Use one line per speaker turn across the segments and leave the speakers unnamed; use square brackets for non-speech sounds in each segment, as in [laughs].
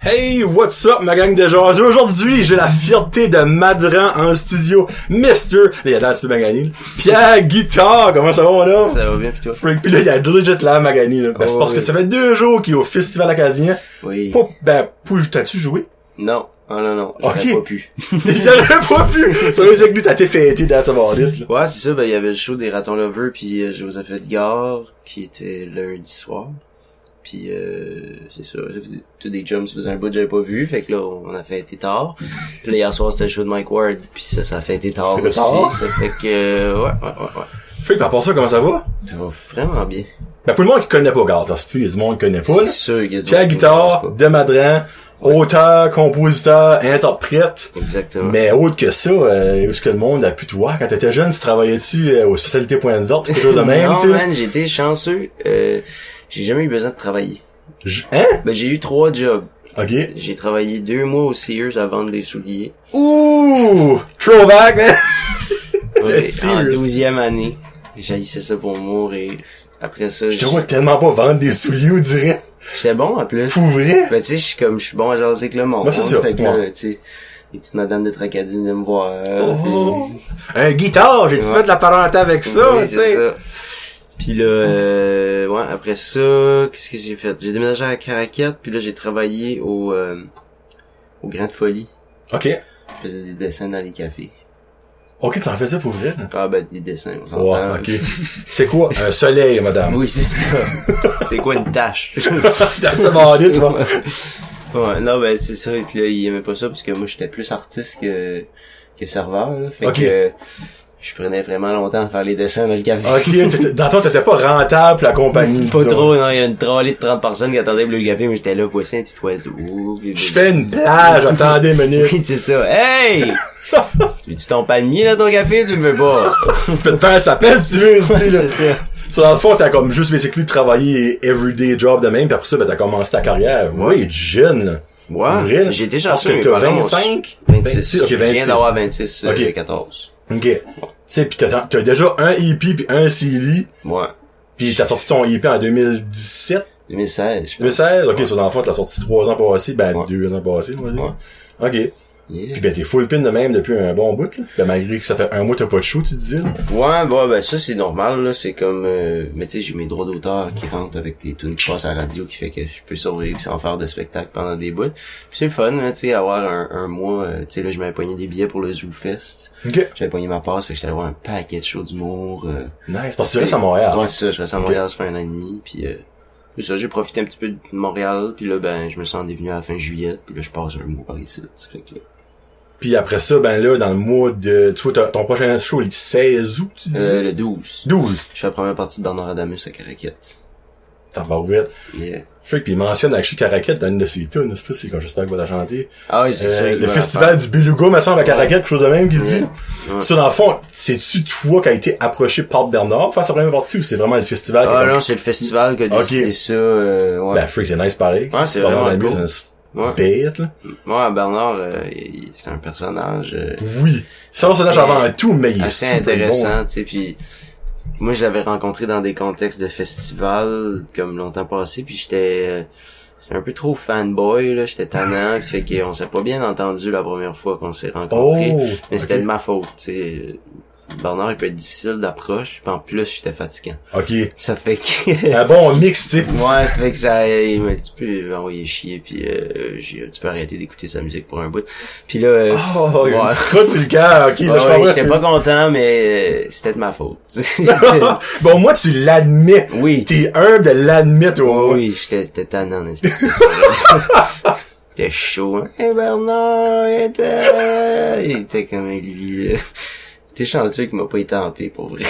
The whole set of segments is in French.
Hey, what's up, ma gang de jaseux? Aujourd'hui, j'ai la fierté de Madran en studio. Mister, il y a là, tu peux Magani. Pierre Guitard, comment ça va, mon homme?
Ça va bien, pis toi?
Freak, pis là, il y a legit là, Magani, là. Ben, c'est
Oh,
parce que
oui.
ça fait deux jours qu'il est au Festival Acadien.
Oui.
Poup, ben, pou, t'as-tu joué? [laughs]
Non. Oh non, non. J'aurais
Ok.
pas pu.
il y en a pas pu! Tu vois, c'est que lui, t'as été fêté dans sa bandite, là.
Ouais, c'est ça. Ben, il y avait le show des Ratons Lovers puis euh, Joseph Edgar, qui était lundi soir. Puis, euh, c'est ça. ça faisait- Tous des jumps, ça faisait un bout que j'avais pas vu. Fait que là, on a
[laughs]
fêté tard. Puis là, hier soir, c'était le show de Mike Ward. Puis ça, ça a fêté tard
Fêté
aussi.
tard.
Ça fait que, euh, ouais, ouais, ouais, ouais.
Freak, par rapport à ça, comment ça va?
Ça va vraiment bien.
Ben, pour le monde qui connaît pas, regarde, parce que il y a du monde qui connaît pas, là.
C'est sûr qu'il y a du
Pierre
monde qui
Guitard,
me connaissent
de Madran, auteur, compositeur, interprète.
pas. Exactement.
Mais autre que ça, euh, où est-ce que le monde a pu te voir quand t'étais jeune, tu travaillais-tu euh, aux spécialités point de vente, quelque
[laughs]
chose de même,
non,
tu sais?
man, j'ai été chanceux. Euh, j'ai jamais eu besoin de travailler.
J- Hein?
Ben, j'ai eu trois jobs.
Ok.
J'ai travaillé deux mois au Sears à vendre des souliers.
Ouh! Throwback, hein? man!
Ouais, en
Sears.
douzième année. J'haïssais ça pour mourir. Après ça,
Je te vois tellement pas vendre des souliers, on dirait.
j'étais bon en plus.
Pour vrai?
Ben, tu sais, je suis comme, je suis bon à jaser avec le monde.
Ben, c'est ça,
Fait que
ouais.
là, tu sais, les petites madames de Tracadie venaient me voir.
Oh.
puis-
Un guitare, j'ai-tu
Euh, Ouais.
fait de la parenté avec ça,
Oui,
tu
c'est
sais?
ça. Puis là, euh, ouais, après ça, qu'est-ce que j'ai fait? J'ai déménagé à Caracat, puis là, j'ai travaillé au, euh, au Grand Folie.
Ok.
Je faisais des dessins dans les cafés.
Ok, t'en faisais pour vrai, là?
Ah, ben, des dessins, on s'entend.
Ouais, ok. C'est quoi? Un soleil, madame.
[laughs] Oui, c'est ça. c'est quoi une tâche?
T'as ça vendu, tu vois?
[laughs] ouais, non, ben, c'est ça. Et puis là, il aimait pas ça parce que moi, j'étais plus artiste que, que serveur, là. Fait
Ok.
que, je prenais vraiment longtemps à faire les dessins dans le café. [laughs]
Ok, t'étais- dans le temps, t'étais pas rentable pour la compagnie.
Ah, Pas
disons.
trop, non. Il y a une trolley de 30 personnes qui attendaient pour le café, mais j'étais là, voici un petit oiseau. [laughs] Puis-
Je fais une plage, attendez une minute.
Oui, [laughs] c'est ça. [laughs] Hey! tu veux-tu ton palmier dans ton café? Tu le veux pas?
Je peux te faire sa peste, si tu veux, aussi, là.
[laughs] c'est ça.
Tu dans le fond, t'as comme juste basically travaillé everyday job de même, puis après ça, ben, t'as commencé ta carrière. Ouais, il est jeune, là. Pour vrai, là.
Ah, J'ai été
Parce
chanceux,
que
mais
t'as
par exemple,
25?
26.
ok,
Je viens
26.
d'avoir 26, euh,
Ok.
14.
Ok. Tu sais, pis t'as, t'as déjà un EP puis un CD,
Ouais.
puis t'as sorti ton EP en 2017,
2016, je pense.
2016. Ok, sur dans le fond, t'as sorti trois ans passés, ben
Ouais.
deux ans passés, on va dire.
Ouais.
Ok.
Yeah.
Pis ben t'es full pin de même depuis un bon bout, là. Ben malgré que ça fait un mois que t'as pas de show, tu te dis, là.
Ouais, bah ben ça c'est normal là, c'est comme euh, mais tu sais j'ai mes droits d'auteur qui rentrent avec les tunes qui passent à la radio qui fait que je peux survivre sans faire de spectacle pendant des bouts. Puis c'est le fun, hein, tu sais avoir un, un mois, euh, tu sais là je m'avais pogné des billets pour le Zoo Fest.
Ok.
J'avais pogné ma passe, fait que j'étais allé voir un paquet de shows d'humour. euh,
Nice. Parce que tu restes à Montréal.
Ouais, c'est ça, je reste à Montréal ça fait un an et demi puis euh, c'est ça, j'ai profité un petit peu de Montréal, puis là ben je me sens dévenu à la fin juillet, puis là je passe un mois par ici. Ça fait que
Puis après ça, ben là, dans le mois de... Tu vois, t'as- ton prochain show, le 16 août, tu dis?
euh, le 12,
12.
je fais la première partie de Bernard Adamus à Caraquette.
Tabarouette.
Yeah.
Fait puis il mentionne Akshi Karaket dans une de ses tunes, c'est pas si comme j'espère qu'il va la chanter.
Ah oui, c'est
Euh,
ça. il
le
va
festival du Beluga, me semble, à Karaket, quelque chose de même qu'il dit.
Ouais.
Ça, dans le fond, c'est-tu toi qui a été approché par Bernard pour faire sa première partie ou c'est vraiment le festival qui
Ah
est comme-
non, c'est le festival qui a
Ok.
décidé ça. euh, ouais.
Ben, Freak, c'est nice pareil.
Ouais, c'est
vraiment
vraiment
la
cool.
musique,
ouais.
bête, là.
Ouais, Bernard, euh, il- c'est un personnage euh,
Oui. Ça, ça,
Assez-
avant tout, mais il est
assez
super hein.
intéressant, tu sais, puis moi, je l'avais rencontré dans des contextes de festival, comme longtemps passé, puis j'étais euh, j'étais un peu trop fanboy, là, j'étais tannant, [laughs] fait qu'on s'est pas bien entendu la première fois qu'on s'est
bon.
rencontrés.
Oh!
mais c'était
ok.
de ma faute, tu sais. Bernard, il peut être difficile d'approche, puis en plus, j'étais fatigant.
Ok.
Ça fait que... [laughs]
Un bon mix, tu sais.
Ouais, fait que ça, il m'a un petit peu envoyé chier, puis euh, j'ai un petit peu arrêté d'écouter sa musique pour un bout. Puis là, euh,
Oh, il y a une
Ouais.
petite crotte sur le cœur, ok, là,
ouais,
je comprends,
j'étais
c'est-
pas content, mais euh, c'était de ma faute. [laughs]
[laughs] bon, au moins, tu l'admets.
oui,
T'es humble de l'admettre au moins.
oui, j'étais j'étais tannant. mais c'était- C'était chaud. Hein. Hey Bernard, il était, euh, il était comme lui. euh, T'es chanceux qu'il m'a pas été en paix, pour vrai.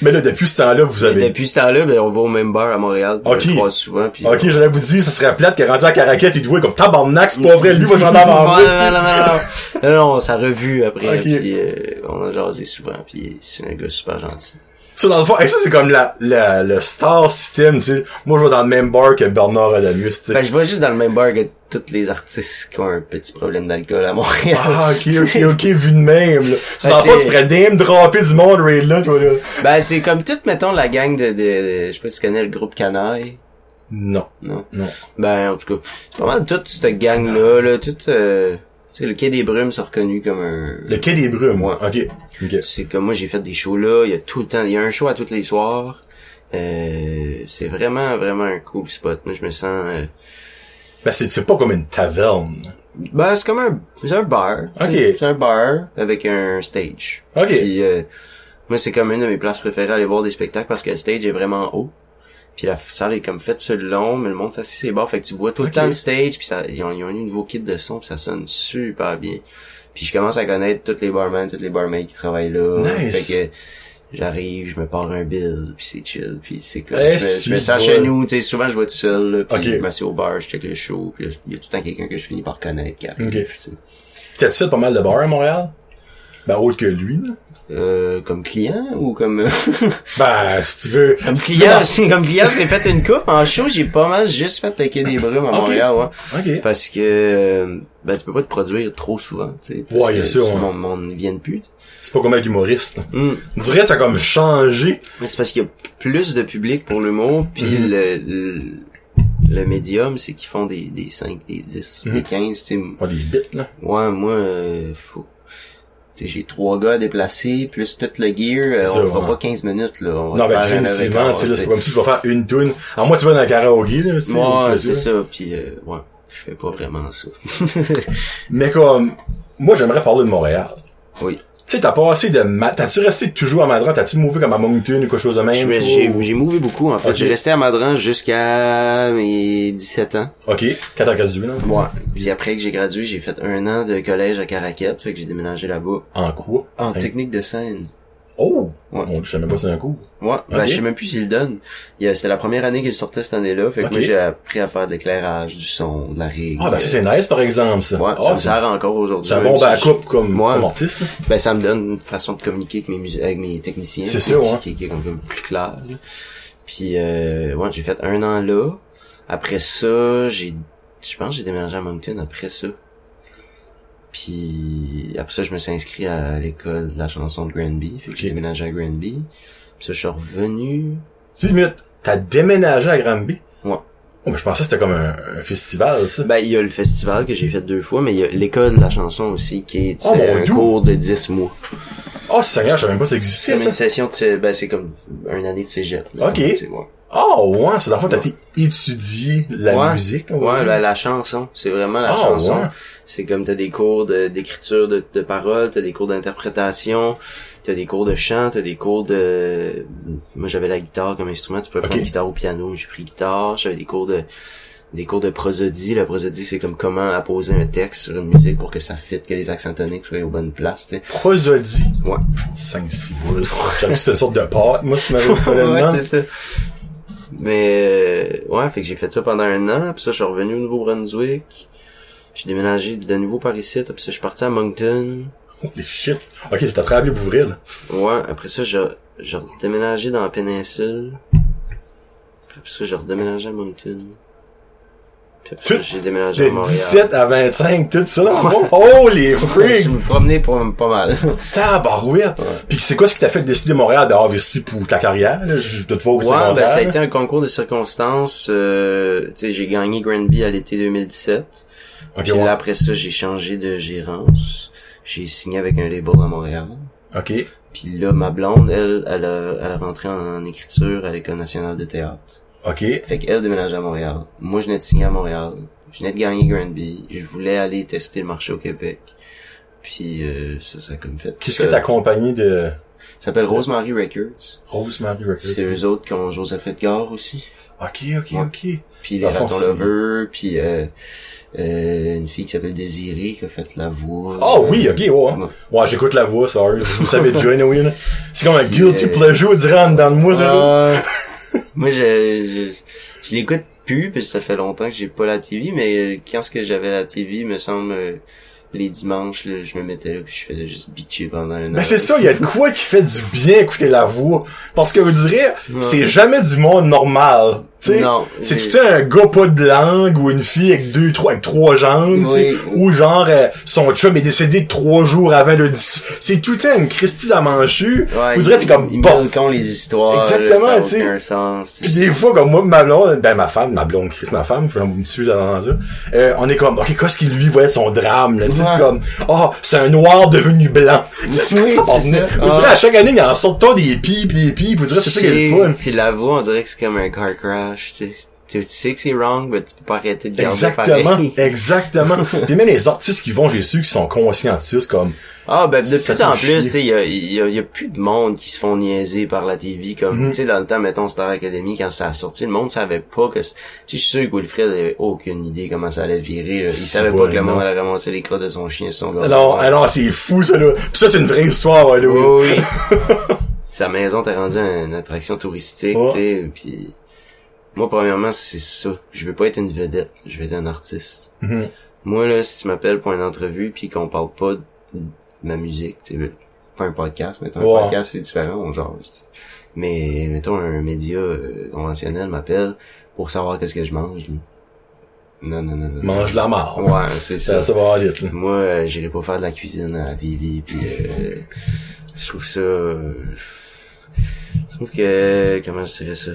Mais là, depuis ce temps-là, vous
Mais
avez...
depuis ce temps-là, ben, on va au même bar à Montréal. puis Je
Ah, Ok.
le croise souvent. Puis
Ok, j'allais vous dire, ce serait plate que rendu à Caraquette, il te voit comme tabarnak, c'est pas vrai, lui, va j'en
Non,
avant vous.
non, non, non, non. Non, non, on s'est revu après,
Ok.
puis euh, on a jasé souvent, puis c'est un gars super gentil.
Ça, dans le fond, et ça, c'est comme la, la, le star system, tu sais. Moi, je vais dans le même bar que Bernard Adamus, tu sais.
Ben, je vois juste dans le même bar que tous les artistes qui ont un petit problème d'alcool à Montréal.
Ah,
[laughs]
ok, ok, ok, vu de même, là. Ça,
Ben,
dans le fond,
c'est-
tu ferais name dropper du monde, Ray, là, toi, là.
Ben, c'est comme toute, mettons, la gang de, de, de- je sais pas si tu connais le groupe Canaille.
Non.
Non.
Non.
Ben, en tout cas, c'est pas mal toute cette gang-là, là, toute, euh, tu sais, le Quai des Brumes s'est reconnu comme un...
Le quai des brumes.
Ouais.
Ok. Ok.
C'est comme moi, j'ai fait des shows là, il y a tout le temps, il y a un show à tous les soirs. Euh, c'est vraiment, vraiment un cool spot. Moi, je me sens... euh,
Ben c'est c'est pas comme une taverne.
Ben, c'est comme un, c'est un bar.
Ok.
C'est c'est un bar avec un stage.
Ok.
Puis, euh, moi, c'est comme une de mes places préférées à aller voir des spectacles parce que le stage est vraiment haut. Puis la f- salle est comme faite sur le long, mais le monde s'assit ses bords. Fait que tu vois tout
Ok.
le temps le stage, puis ça, ils ont, ils ont eu un nouveau kit de son, puis ça sonne super bien. Puis je commence à connaître tous les barmen, toutes les barmaids qui travaillent là.
Nice.
Fait que j'arrive, je me pars un bill, puis c'est chill, puis c'est comme...
Eh,
je me, je me
si,
sens
bon.
chez nous, tu sais, souvent je vais tout seul, là, puis
Ok.
je m'assieds au bar, je check le show, puis là, il y a tout le temps quelqu'un que je finis par connaître qui arrive,
Ok.
tu sais.
T'as-tu fait pas mal de bars à Montréal? Ben autre que lui, là.
Euh, comme client ou comme [laughs]
Ben, si tu veux.
comme
si
client [laughs] comme client j'ai fait une coupe en show j'ai pas mal juste fait le quai des brumes à
Ok.
Montréal ouais.
tu veux- Ok.
parce que euh, ben tu peux pas te produire trop souvent tu sais parce
Ouais,
que
bien sûr,
sinon,
ouais. Mm.
le monde ne vient plus
C'est pas comme être humoriste. là.
Hum.
On dirait que ça a comme changé.
Mais c'est parce qu'il y a plus de public pour l'humour, puis
Mhm.
le, le, le médium, c'est qu'ils font des, des 5, des 10,
Mhm.
des 15. tu sais.
Pas des bits, là.
Ouais, moi, euh, faut... tu sais, j'ai trois gars à déplacer, plus tout le gear, euh,
C'est
on
ça,
fera
ouais.
pas 15 minutes. Là. On va
non, ben,
faire une heure et
définitivement,
quart,
tu sais, là,
tu
c'est
sais.
pas comme si tu vas faire une tune. Alors, moi, tu vas dans le karaoké, là, tu sais,
Ouais,
ou
c'est
quoi,
ça, puis euh, ouais, je fais pas vraiment
[laughs]
ça.
Mais comme, moi, j'aimerais parler de Montréal.
oui.
Tu sais, t'as passé de, ma... t'as-tu resté toujours à Madras? T'as-tu mouvé comme à Moncton ou quelque chose de même?
Je me-
ou-
J'ai j'ai mouvé beaucoup, en fait.
Ok.
J'ai resté à Madran jusqu'à mes 17 ans.
Ok, 4 ans gradué, là.
Ouais. Puis après que j'ai gradué, j'ai fait un an de collège à Caraquette, fait que j'ai déménagé là-bas.
En quoi?
En
Hein?
technique de scène.
Oh!
Ouais.
On, je savais pas c'est un coup.
Ouais, ben,
Ok.
je sais même plus s'il donne. Il y a- C'était la première année qu'il sortait cette année-là. Fait que
Ok.
moi, j'ai appris à faire de l'éclairage, du son, de la rigue.
Ah, ben, ça,
Euh,
c'est nice, par exemple, ça.
Ouais,
Ah,
ça me
c'est-
sert encore aujourd'hui.
c'est un
même
bon
si je-
backup comme,
Ouais.
comme artiste, là.
Ben, ça me donne une façon de communiquer avec mes, mus- avec mes techniciens.
C'est
qui-
ça, ouais.
Qui, qui est comme, comme plus clair, là. Puis, euh, ouais, j'ai fait un an là. Après ça, j'ai, je pense que j'ai déménagé à Moncton après ça. Puis, après ça, je me suis inscrit à l'école de la chanson de Granby. Fait que j'ai
Ok.
déménagé à Granby. Puis ça, je suis revenu.
Tu une minute, t'as déménagé à Granby?
Ouais.
Oh, mais je pensais que c'était comme un, un festival, ça.
Ben, il y a le festival que j'ai fait deux fois, mais il y a l'école de la chanson aussi, qui est
Oh,
c'est
mon
un
Dieu!
cours de 10 mois.
Oh, Seigneur, je savais même pas que ça
C'est
existait,
comme une
ça.
session de, ben, c'est comme une année de cégep.
Ok.
Tu sais, ouais.
Oh, ouais, c'est la fois que t'as été étudié la
Ouais.
musique. on va
Ouais, ben,
dire.
la, la chanson, c'est vraiment la
Ah,
chanson.
ouais.
C'est comme t'as des cours de- d'écriture de, de paroles, t'as des cours d'interprétation, t'as des cours de chant, t'as des cours de. Moi j'avais la guitare comme instrument, tu peux
Ok.
prendre guitare ou piano, j'ai pris guitare, j'avais des cours de des cours de prosodie. La prosodie c'est comme comment apposer un texte sur une musique pour que ça fitte, que les accents toniques soient aux bonnes places, tu sais.
Prosodie.
Ouais.
5, 6 boules. J'avais que c'était une sorte de pâte, moi, si tu m'avais dit ça
[laughs] ouais,
là-dedans.
c'est ça. Mais euh, ouais, fait que j'ai fait ça pendant un an, puis ça je suis revenu au Nouveau-Brunswick. J'ai déménagé de nouveau par ici, puis ça je suis parti à Moncton.
Holy shit. Ok, j'étais très bien pour ouvrir, là.
Ouais, après ça j'ai j'ai redéménagé dans la péninsule. Puis après ça j'ai redéménagé à Moncton. Puis après ça
Tout
j'ai déménagé à
De
Montréal.
17 à 25, tout ça, là. Oh, les
je
freaks!
me promenais pas, pas mal.
Tabarouette! Pis c'est quoi ce qui t'a fait décider Montréal d'avoir investi pour ta carrière, là? Je dois te voir au
Ouais, ben, ça a
secondaire.
été un concours de circonstances. Euh, tu sais, j'ai gagné Granby à l'été 2017.
Ok,
Puis
ouais.
là, après ça, j'ai changé de gérance. J'ai signé avec un label à Montréal.
Ok.
Puis là, ma blonde, elle, elle a, elle a rentré en, écriture à l'École nationale de théâtre.
Ok.
Fait qu'elle déménageait à Montréal. Moi, je venais de signer à Montréal. Je venais de gagner Granby. Je voulais aller tester le marché au Québec. Puis euh, ça, ça a comme fait.
Qu'est-ce
ça,
que t'as accompagné de
Ça s'appelle Rosemary Records.
Rosemary
C'est
Records?
eux autres qui ont Joseph Edgar aussi.
Ok, ok,
Ouais.
ok.
Puis les
À fond,
Ratons
c'est-
Lovers. Puis euh, euh, une fille qui s'appelle Désirée qui a fait la voix.
Oh
Euh,
oui, ok, ouais.
Ouais.
Ouais, j'écoute la voix, ça. eux. Vous savez déjà, anyway, là. C'est comme un
Puis,
guilty
euh,
pleasure, on dirait, en dedans de moi, ça. là.
Euh, moi, je, je, je l'écoute plus, parce que ça fait longtemps que j'ai pas la TV, mais euh, quand ce que j'avais la TV, me semble, euh, les dimanches, là, je me mettais là, puis je faisais juste bitcher pendant un an.
Ben c'est ça, il y a de quoi qui fait du bien écouter la voix. Parce que vous direz,
Ouais.
c'est jamais du monde normal. tu sais.
Non.
C'est
j'ai-
tout le temps un gars pas de langue ou une fille avec deux, trois, avec trois jambes, tu sais,
Oui.
ou genre euh, son chum est décédé trois jours avant le 10. C'est tout le temps une Christie la manchue.
Ouais,
Vous direz, t'es comme,
ils
bon.
mêlent con les histoires.
Exactement,
Exactement,
tu sais.
aucun sens.
Puis des fois, comme moi, ma blonde, ben ma femme, ma blonde Chris, ma femme, je vais me tuer dans ça. Euh, on est comme, ok, qu'est-ce qu'il lui voyait son drame là, tu sais,
Ouais.
c'est comme, oh, c'est un noir devenu blanc. [laughs]
Oui, c'est
On
ça.
dirait
Ah.
à chaque année, il en sort tant des pipes, des pipes. Vous direz, c'est ça qui est le fun.
Puis la voix, on dirait que c'est comme un car crash, tu sais. Tu tu sais que c'est wrong, mais tu peux pas arrêter de garder
Exactement,
[laughs] pareil.
exactement. Puis même les artistes qui vont Jésus, qui sont conscients de ça, c'est comme,
Ah, ben, de
Ça
plus en
fait chier.
plus, tu sais, il y a, il y a- il y a plus de monde qui se font niaiser par la TV, comme,
Mm-hmm.
tu sais, dans le temps, mettons, Star Academy, quand ça a sorti, le monde savait pas que, c- tu sais, je suis sûr que Wilfred avait aucune idée comment ça allait virer, là. Il
C'est
savait
bon,
pas que le
non.
monde allait ramasser les crottes de son chien sur son gars.
alors, alors c'est fou ça là. Puis ça, c'est une vraie histoire, là. oui.
Oui, oui.
[laughs]
Sa maison t'a rendu une attraction touristique,
Ouais.
tu sais, puis moi premièrement c'est ça. Je veux pas être une vedette, je veux être un artiste.
Mhm.
Moi là, si tu m'appelles pour une entrevue puis qu'on parle pas de ma musique, tu sais, pas un podcast, mettons
Ouais.
un podcast c'est différent, on jase. tu sais. Mais mettons un média euh, conventionnel m'appelle pour savoir qu'est-ce que je mange. là. Non non non non.
Mange la mort.
Ouais, c'est
[laughs] Ça, ça va aller, là.
moi, euh, j'irai pas faire de la cuisine à la TV, puis euh, je trouve ça... euh, je trouve que... Comment je dirais ça?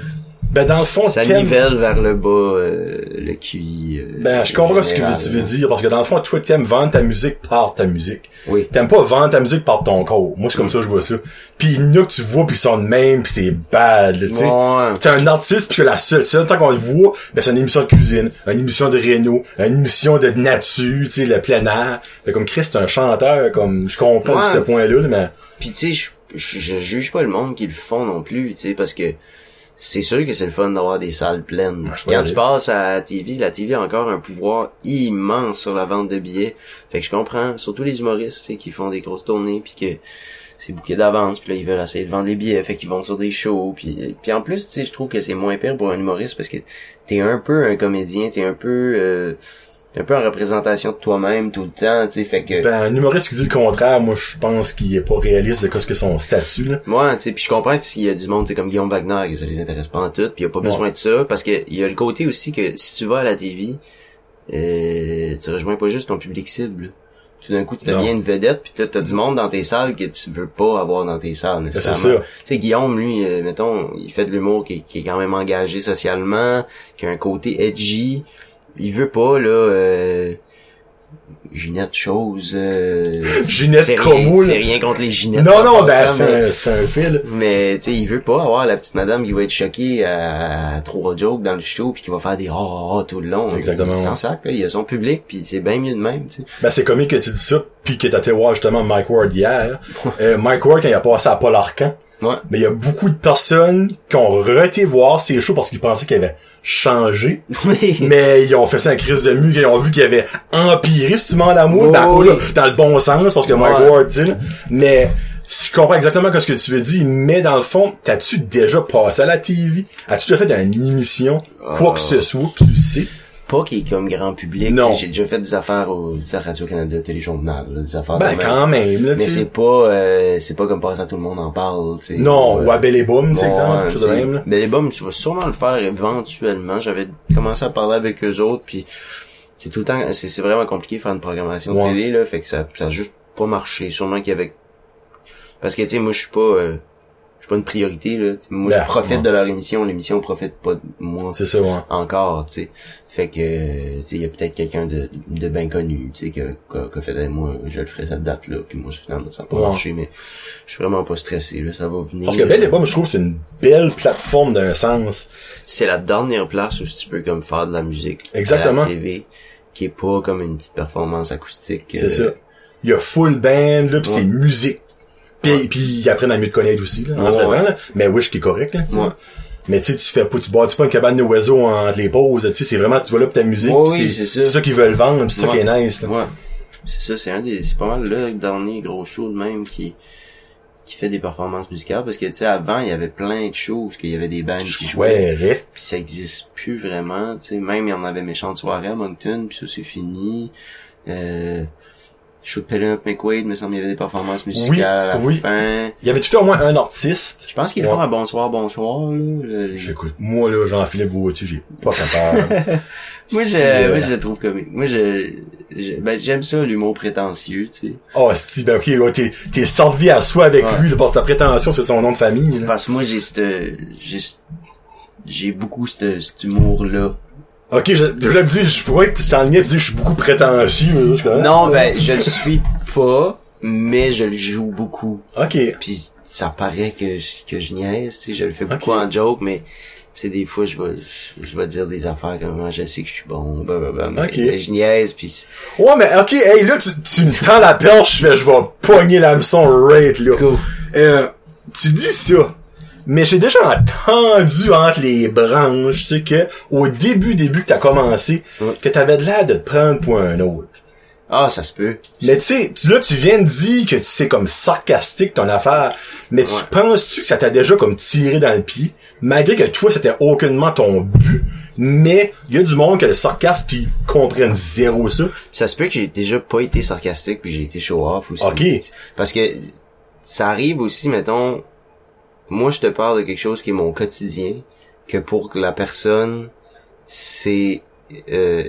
Ben, dans le fond,
Ça
t'aimes-
nivelle vers le bas euh, le QI. euh,
Ben, je comprends ce
général,
que tu veux
là.
dire, parce que dans le fond, toi, t'aimes vendre ta musique par ta musique.
Oui.
T'aimes pas vendre ta musique par ton corps. Moi, c'est comme ça que je vois ça. Pis il y en a que tu vois pis ils sont de même pis c'est bad, là, tu sais.
Ouais.
T'es un artiste pis que la seule, seule temps qu'on le voit, ben, c'est une émission de cuisine, une émission de réno, une émission de nature, tu sais, le plein air. Fait comme Chris, c'est un chanteur, comme, je comprends
Ouais.
ce point-là, là, mais,
Puis tu sais, je, je, je juge pas le monde qui le font non plus, tu sais, parce que c'est sûr que c'est le fun d'avoir des salles pleines.
Ouais, je
Quand
vois
tu
aller.
passes à la TV, la TV a encore un pouvoir immense sur la vente de billets. Fait que je comprends, surtout les humoristes, tu sais, qui font des grosses tournées, puis que c'est bouquet d'avance, puis là ils veulent essayer de vendre les billets, fait qu'ils vont sur des shows, puis puis en plus, tu sais, je trouve que c'est moins pire pour un humoriste parce que t'es un peu un comédien, t'es un peu euh, un peu en représentation de toi-même tout le temps, tu sais, fait que
ben, un humoriste qui dit le contraire, moi, je pense qu'il est pas réaliste de ce que son statut, là.
Moi, tu sais, puis je comprends que s'il y a du monde, tu sais, comme Guillaume Wagner, que ça les intéresse pas en tout, puis il a pas
Ouais.
besoin de ça, parce que il y a le côté aussi que si tu vas à la TV, euh, tu rejoins pas juste ton public cible. Tout d'un coup, tu
Non.
deviens une vedette, puis t'as- t'as du monde dans tes salles que tu veux pas avoir dans tes salles,
Ben, c'est
nécessairement.
ça.
Tu sais, Guillaume, lui, euh, mettons, il fait de l'humour qui, qui est quand même engagé socialement, qui a un côté edgy. Il veut pas, là, euh, Ginette Chose, euh,
[laughs] Ginette
c'est rien-
Como,
C'est
là.
rien contre les Ginettes.
Non, non,
en
ben,
passant, mais-
c'est un- c'est un fil.
mais tu sais, il veut pas avoir la petite madame qui va être choquée à, à trois jokes dans le show puis qui va faire des oh, oh, oh tout le long.
Exactement.
Il s'en sac, là, il a son public puis c'est bien mieux de même, tu sais.
Ben c'est comique que tu dis ça, puis que t'as été voir justement Mike Ward hier.
[laughs]
Euh, Mike Ward quand il a passé à Paul Arcan,
Ouais.
mais il y a beaucoup de personnes qui ont reté voir ces shows parce qu'ils pensaient qu'ils avaient changé,
[laughs] Oui.
mais ils ont fait ça en crise de mue, ils ont vu qu'ils avaient empiré si tu m'en as moi, ben,
Oui.
là, dans le bon sens parce que Mike
Ouais.
Ward dit, là. mais je comprends exactement ce que tu veux dire, mais dans le fond, t'as-tu déjà passé à la TV? As-tu déjà fait une émission?
Ah.
Quoi que ce soit que tu sais?
Pas qu'il est comme grand public.
Non.
tu sais, J'ai déjà fait des affaires au tu sais, à Radio-Canada, Téléjournal, là, des affaires
Ben,
de même.
quand même, là,
Ah, Mais
tu sais.
c'est pas euh, c'est pas comme passer à tout le monde en parle, tu sais.
Non,
Euh,
ou à Belle et Boom, c'est
Bon,
exemple,
euh,
chose de
t'sais,
même, là.
ben, les bombes, tu vas sûrement le faire éventuellement. J'avais commencé à parler avec eux autres, puis c'est tout le temps, c'est c'est vraiment compliqué de faire une programmation
Ouais.
de télé, là, fait que ça, ça a juste pas marché. Sûrement qu'il y avait... Parce que, tu sais, moi, je suis pas... euh, je suis pas une priorité, là. T'sais, Moi,
Ben,
je profite
ouais.
de leur émission, l'émission profite pas de moi
C'est ça, ouais.
encore, tu sais. Fait que, euh, tu sais, il y a peut-être quelqu'un de, de bien connu, tu sais, que, que, que fait, moi, je le ferai cette date-là, puis moi, finalement, ça a pas
Ouais.
marché, mais je suis vraiment pas stressé, là, ça va venir.
Parce que Ben, Belle et Boom, je trouve que c'est une belle plateforme d'un sens.
c'est la dernière place où tu peux comme faire de la musique
Exactement.
à la TV qui est pas comme une petite performance acoustique
C'est
euh,
ça. Il y a full band, là, pis
Ouais.
c'est musique. Pis,
Ouais.
pis ils apprennent à mieux te connaître aussi, là, entre
Ouais,
temps,
ouais.
là. Mais Wish qui est correct, là. tu sais.
Ouais.
Mais tu sais, tu fais pas, tu bâtis pas une cabane de oiseaux entre les pauses, tu sais, c'est vraiment, tu vas là pour ta musique,
Ouais,
pis
oui,
c'est, c'est
c'est ça.
ça qu'ils veulent vendre, pis c'est
Ouais.
ça qui est nice, là.
ouais c'est ça c'est un des c'est pas mal le dernier gros show de même qui qui fait des performances musicales parce que tu sais avant il y avait plein de shows parce qu'il y avait des bands qui jouaient
Ouais, ouais.
puis ça existe plus vraiment tu sais même il y en avait méchante soirée à Moncton puis ça c'est fini euh, Shoot Pelin up McQuaid, me semble, il y avait des performances musicales à la
oui.
fin.
Il y avait tout au moins un artiste.
Je pense qu'ils
Ouais.
le font à Bonsoir, Bonsoir, là. le-
J'écoute. Moi, là, Jean-Philippe Gauthier, j'ai pas capable.
Moi,
Sti,
je,
euh,
moi, je le trouve comique. Moi, je, je- ben, j'aime ça, l'humour prétentieux, tu sais.
Oh, Steve, ben, ok, ouais, t'es, t'es servi à soi avec
Ouais.
lui, là, parce que ta prétention, c'est son nom de famille, là.
Parce que moi, j'ai cette, j'ai, ce- j'ai beaucoup cette- cet humour-là.
Ok, je, je me dis, je pourrais être en lien pis dire, je suis beaucoup prétentieux, là, je connais.
Non, ben, je le suis pas, mais je le joue beaucoup.
Ok.
Puis, ça paraît que je, que je niaise, tu sais. Je le fais beaucoup
Ok.
en joke, mais, c'est des fois, je vais, je, je vais dire des affaires comme, Ah, je sais que je suis bon, blablabla. Mais,
Ok.
mais je niaise, puis
Ouais, mais ok, hey, là, tu, tu me tends la perche, je fais, je vais pogner l'hameçon right, là.
go.
Euh, tu dis ça, mais j'ai déjà entendu entre les branches, tu sais, que au début, début que t'as commencé,
Ouais.
que t'avais de l'air de te prendre pour un autre.
Ah, ça se peut.
Mais tu sais, tu- là, tu viens de dire que tu sais comme sarcastique ton affaire, mais tu
Ouais.
penses-tu que ça t'a déjà comme tiré dans le pied, malgré que toi, c'était aucunement ton but, mais il y a du monde que le sarcasme, pis ils comprennent zéro ça.
Ça se peut que j'ai déjà pas été sarcastique puis j'ai été show off aussi.
Ok.
Parce que ça arrive aussi, mettons, moi je te parle de quelque chose qui est mon quotidien, que pour la personne, c'est euh,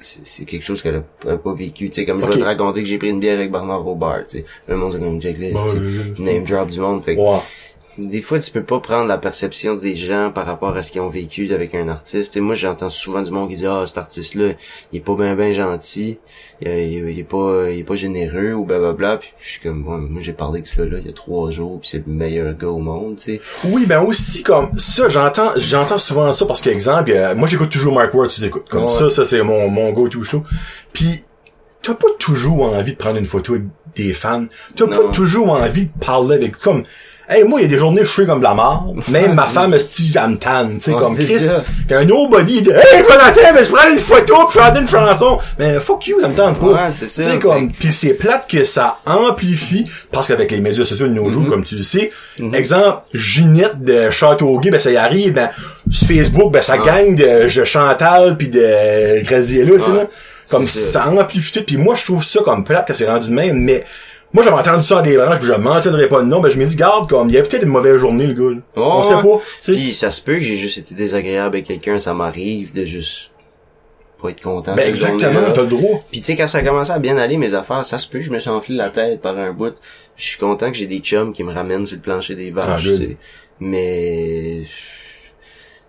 c'est c'est quelque chose qu'elle a, elle a pas vécu. Tu sais, comme
Ok.
je vais te raconter que j'ai pris une bière avec Bernard Robert, tu sais. Le monde c'est comme Jack List,
Bah,
tu sais.
euh, c'est-
name drop du monde. Fait que
Ouais.
des fois tu peux pas prendre la perception des gens par rapport à ce qu'ils ont vécu avec un artiste et moi j'entends souvent du monde qui dit ah cet artiste là il est pas bien ben gentil il, il- il est pas il est pas généreux ou blablabla puis je suis comme bon moi j'ai parlé avec ce gars là il y a trois jours puis c'est le meilleur gars au monde tu sais
Oui, ben aussi comme ça, j'entends j'entends souvent ça parce que exemple, euh, moi j'écoute toujours Mark Ward, tu écoutes comme
Ouais.
ça, ça c'est mon mon go-to show. Puis t'as pas toujours envie de prendre une photo avec des fans, t'as
Non.
pas toujours envie de parler avec comme Hey, moi, il y a des journées, je suis comme la mort. Même ma femme, si elle me tanne, tu sais,
Ouais,
comme
c'est
Chris.
ça.
Pis un nobody, de, hey, Valentin, mais je prends une photo pis je chante une chanson. Mais fuck you, ça me tente pas.
Ouais, c'est ça,
Tu sais,
fait
comme, pis c'est plate que ça amplifie, parce qu'avec les médias sociaux de nos
Mhm.
jours, comme tu le sais, exemple, Ginette de Châteauguay, ben, ça y arrive, ben, sur Facebook, ben, ça gagne de, je Chantal pis de Graziella, tu sais,
Ah. Ouais,
là. Comme,
c'est
ça amplifie tout, pis moi, je trouve ça comme plate que c'est rendu de même, mais, moi, j'avais entendu ça en des branches, pis je mentionnerai pas de nom, mais je me dis, garde, comme, il y a peut-être une mauvaise journée, le gars, là. On
Ouais,
sait
ouais.
pas, tu sais.
puis ça se peut que j'ai juste été désagréable avec quelqu'un ça m'arrive de juste pas être content
Ben,
cette
exactement,
journée-là.
t'as le droit.
Puis tu sais, quand ça a commencé à bien aller, mes affaires, ça se peut, je me suis enflé la tête par un bout. Je suis content que j'ai des chums qui me ramènent sur le plancher des vaches,
Ah,
tu sais. Mais...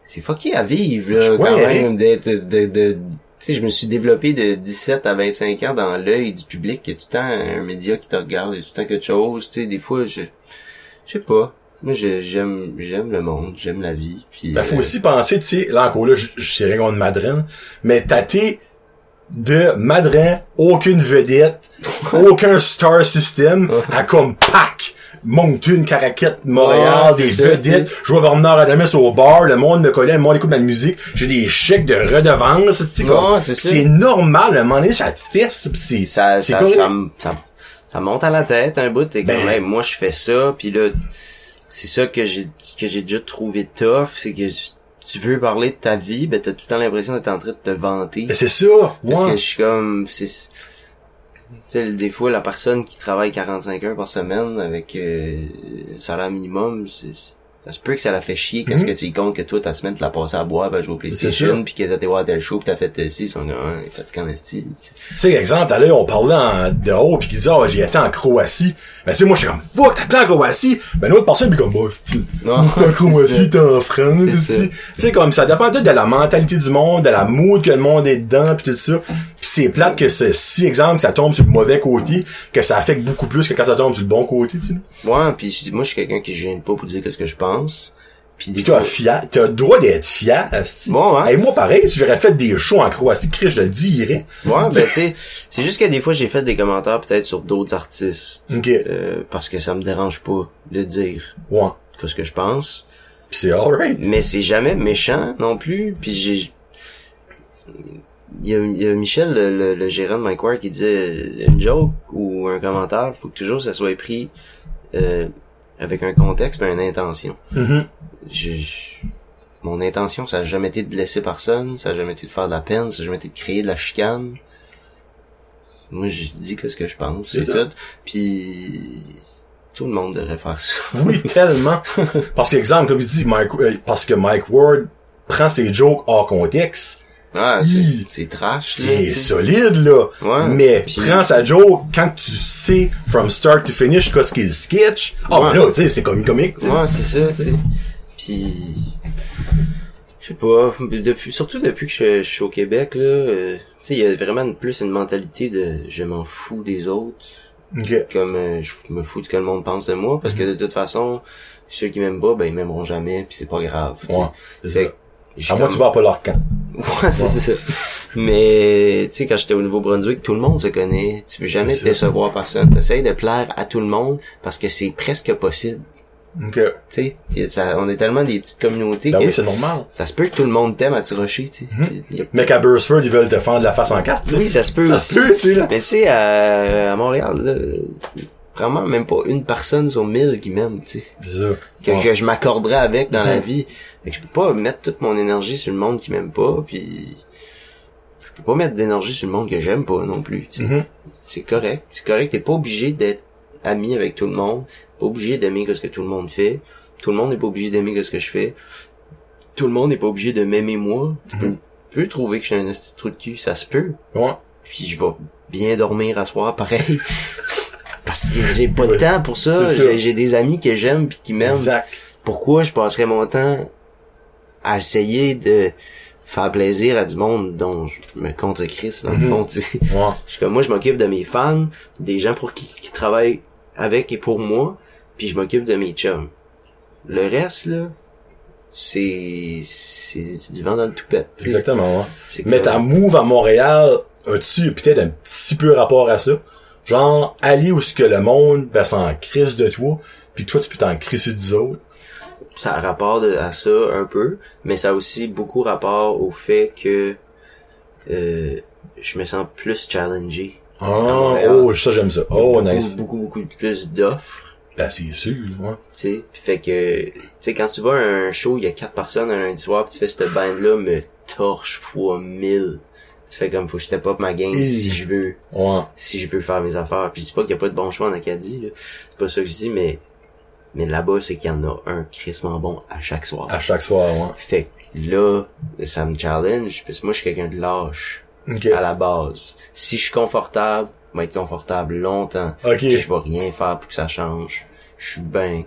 C'est fucké à vivre, là,
Je
quand
crois,
même, d'être... De, de, tu sais, je me suis développé de 17 à 25 ans dans l'œil du public. Il y a tout le temps un média qui te regarde, il y a tout le temps quelque chose. Tu sais, des fois, je... Je sais pas. Moi, je- j'aime j'aime le monde, j'aime la vie. Puis,
Ben, faut
euh,
aussi penser, tu sais, là, encore là, je je sais rien contre Madryn, mais t'as été de Madryn, aucune vedette,
[laughs]
aucun star system, à comme pack, Moncton, Caraquette, Montréal,
Ouais, Ah, c'est
des
ça,
vedettes, je vois Bernard Adamus au bar, le monde me connaît, le monde écoute ma musique, j'ai des chèques de redevances, tu sais, comme,
Ouais, Ah, c'est ça.
c'est normal, à un moment donné, ça te fesse, pis c'est,
ça
c'est
ça,
correct.
ça, me- ça, ça monte à la tête un bout t'es
Ben.
comme hey, moi je fais ça puis là c'est ça que j'ai que j'ai déjà trouvé tough c'est que j- tu veux parler de ta vie ben t'as tout le temps l'impression d'être en train de te vanter
Ben, c'est ça,
parce que
ouais.
je suis comme c'est tu sais des fois la personne qui travaille 45 heures par semaine avec euh, salaire minimum c'est ça se peut que ça la fait chier qu'est-ce
Mm-hmm.
que tu y comptes que toi ta semaine tu l'as passé à boire ben jouer au
ça.
PlayStation puis que t'as été voir tel show puis t'as fait tel ci ils sont comme Ah, il est fatiguant en esti.
Tu sais, exemple, t'as là, on parlait en, de haut, pis qui dit, ah, j'y étais en Croatie. Ben, tu sais, moi, je suis comme, fuck, t'étais en Croatie. Ben, l'autre personne, puis comme, bah, c'est-tu,
Non,
t'es en Croatie,
[laughs] c'est
t'es en France,
C'est
c'est-tu.
ça.
Tu sais, comme, ça dépend tout de la mentalité du monde, de la mood que le monde est dedans, pis tout ça. Pis c'est plate que c'est, si, exemple, ça tombe sur le mauvais côté, que ça affecte beaucoup plus que quand ça tombe sur le bon côté, tu sais.
Ouais, puis je- moi je suis quelqu'un qui gêne pas pour dire que ce que je pense. Puis des
Pis t'as
fois-
fier, t'as le droit d'être fier, c'est-tu.
Bon, hein?
Et moi, pareil, si j'aurais fait des shows en Croatie, Chris, je le dirais.
Ouais, ben tu sais, c'est juste que des fois j'ai fait des commentaires peut-être sur d'autres artistes
Ok.
euh, parce que ça me dérange pas de dire
Ouais.
tout ce que je pense,
Pis c'est alright.
mais c'est jamais méchant non plus. Puis j'ai il y, a, il y a Michel, le, le- le gérant de Mike Ward, qui disait euh, une joke ou un commentaire, faut que toujours ça soit pris euh, avec un contexte, mais une intention.
Mhm.
je, je- mon intention, ça a jamais été de blesser personne, ça a jamais été de faire de la peine, ça a jamais été de créer de la chicane. Moi, je dis que ce que je pense,
C'est
c'est
ça.
tout. Puis tout le monde devrait faire ça. [laughs]
Oui, tellement. Parce qu'exemple, comme tu dis, Mike, euh, parce que Mike Ward prend ses jokes hors contexte,
Ah,
Hi.
c'est c'est trash. là,
c'est
tu sais.
solide, là.
Ouais.
mais
Puis-
prends sa joke quand tu sais, from start to finish, qu'est-ce qu'il sketch. Ah,
Ouais.
ben là, tu sais, c'est comme comique, tu sais.
Ouais, c'est ça, tu sais. Puis je sais pas, depuis surtout depuis que je, je suis au Québec là, euh, tu sais, il y a vraiment une- plus une mentalité de je m'en fous des autres.
Ok.
comme euh, je me fous de ce que le monde pense de moi parce que
Mhm.
de toute façon ceux qui m'aiment pas ben ils m'aimeront jamais puis c'est pas grave tu sais.
Ouais, c'est
Fait
ça.
que je
À
suis
moi, tu vas pas leur camp.
comme- [laughs] ouais c'est ça mais tu sais quand j'étais au Nouveau-Brunswick tout le monde se connaît tu veux jamais
C'est
te
ça.
décevoir personne t'essayes de plaire à tout le monde parce que c'est presque possible
Ok.
tu sais Y a- ça- on est tellement des petites communautés
Ben
que
oui, c'est normal.
ça se peut que tout le monde t'aime à Tirocher tu sais Y a-
Mais qu'à Burstford, ils veulent te fendre la face en quatre, tu sais.
oui ça se peut
Ça
aussi.
se peut, tu sais, là.
Mais tu sais, à, à Montréal, là, vraiment même pas une personne sur mille qui m'aime, tu sais.
C'est ça.
Que
Ouais.
je, je m'accorderais avec dans la
Mhm.
vie. Fait que je peux pas mettre toute mon énergie sur le monde qui m'aime pas, puis je peux pas mettre d'énergie sur le monde que j'aime pas non plus. tu sais.
Mhm.
C'est correct. C'est correct. T'es pas obligé d'être ami avec tout le monde. T'es Pas obligé d'aimer que ce que tout le monde fait. Tout le monde n'est pas obligé d'aimer que ce que je fais. Tout le monde n'est pas obligé de m'aimer moi. Tu
Mm.
peux, peux trouver que je suis un petit trou de cul. Ça se peut
Ouais.
puis je vais bien dormir à soir pareil [laughs] parce que j'ai pas de
Ouais.
temps pour ça,
C'est ça.
J'ai- j'ai des amis que j'aime puis qui m'aiment
Exact.
pourquoi je passerais mon temps à essayer de faire plaisir à du monde dont je me contre Chris dans le
Mhm.
fond tu sais.
Ouais.
Je suis comme moi je m'occupe de mes fans des gens pour qui, qui travaillent avec et pour moi puis je m'occupe de mes chums le reste là c'est c'est c'est du vent dans le toupette tu sais.
Exactement, ouais.
C'est
Mais
comme-
ta move à Montréal, as-tu peut-être un petit peu rapport à ça? Genre, aller où ce que le monde, ben, s'en crisse de toi, puis toi, tu peux t'en crisser des autres.
ça a rapport de- à ça un peu, mais ça a aussi beaucoup rapport au fait que euh, je me sens plus challengé.
Ah,
Montréal.
oh, ça, j'aime ça. Oh,
beaucoup,
nice.
Beaucoup, beaucoup plus d'offres,
Ben, c'est sûr, ouais.
tu sais. Puis Fait que, tu sais, quand tu vas à un show, il y a quatre personnes un lundi soir, puis tu fais cette bande-là me torche fois mille. Tu fais comme, faut que je step up ma game
Et-
si je veux
Ouais.
si je veux faire mes affaires. Puis je dis pas qu'il y a pas de bon choix en Acadie, là. C'est pas ça que je dis, mais, mais là-bas, c'est qu'il y en a un crissement bon à chaque soir.
À chaque soir, ouais.
Fait que là, ça me challenge, parce que moi, je suis quelqu'un de lâche,
Ok.
à la base. Si je suis confortable, je vais être confortable longtemps.
Ok.
Puis Je vais rien faire pour que ça change. Je suis bien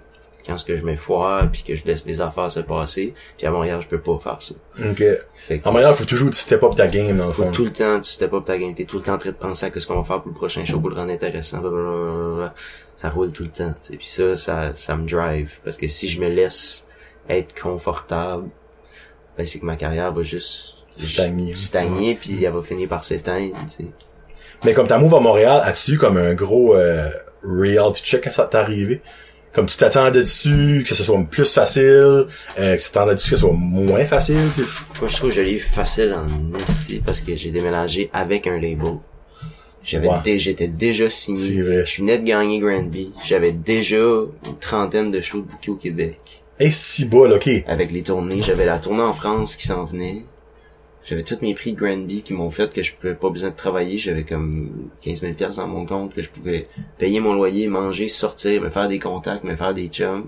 quand ce que je mets foire, puis que je laisse les affaires se passer. Puis à Montréal, je peux pas faire ça.
Ok.
Fait que
En Montréal, faut toujours que tu step up ta game, dans le fond.
tout le temps, tu step up ta game, t'es tout le temps en train de penser à ce qu'on va faire pour le prochain show, pour le rendre intéressant, blablabla. Ça roule tout le temps, tu sais. Puis ça, ça, ça me drive. Parce que si je me laisse être confortable, ben c'est que ma carrière va juste
Stagner.
stagner, puis elle va finir par s'éteindre, tu sais.
Mais comme ta move à Montréal, as-tu eu comme un gros euh, reality check quand ça t'est arrivé? Comme tu t'attendais dessus, que ce soit plus facile, euh, que tu t'attendais dessus que ce soit moins facile, tu sais.
Moi, je trouve que je l'ai eu facile en esti parce que j'ai déménagé avec un label. J'avais
Ouais.
dé- j'étais déjà
C'est
signé.
vrai.
Je venais de gagner Grand B. J'avais déjà une trentaine de shows bookés au Québec.
Et si bol, ok.
avec les tournées. J'avais la tournée en France qui s'en venait. J'avais tous mes prix de Granby qui m'ont fait que je pouvais pas besoin de travailler. J'avais comme 15 000 piastres dans mon compte que je pouvais payer mon loyer, manger, sortir, me faire des contacts, me faire des chums.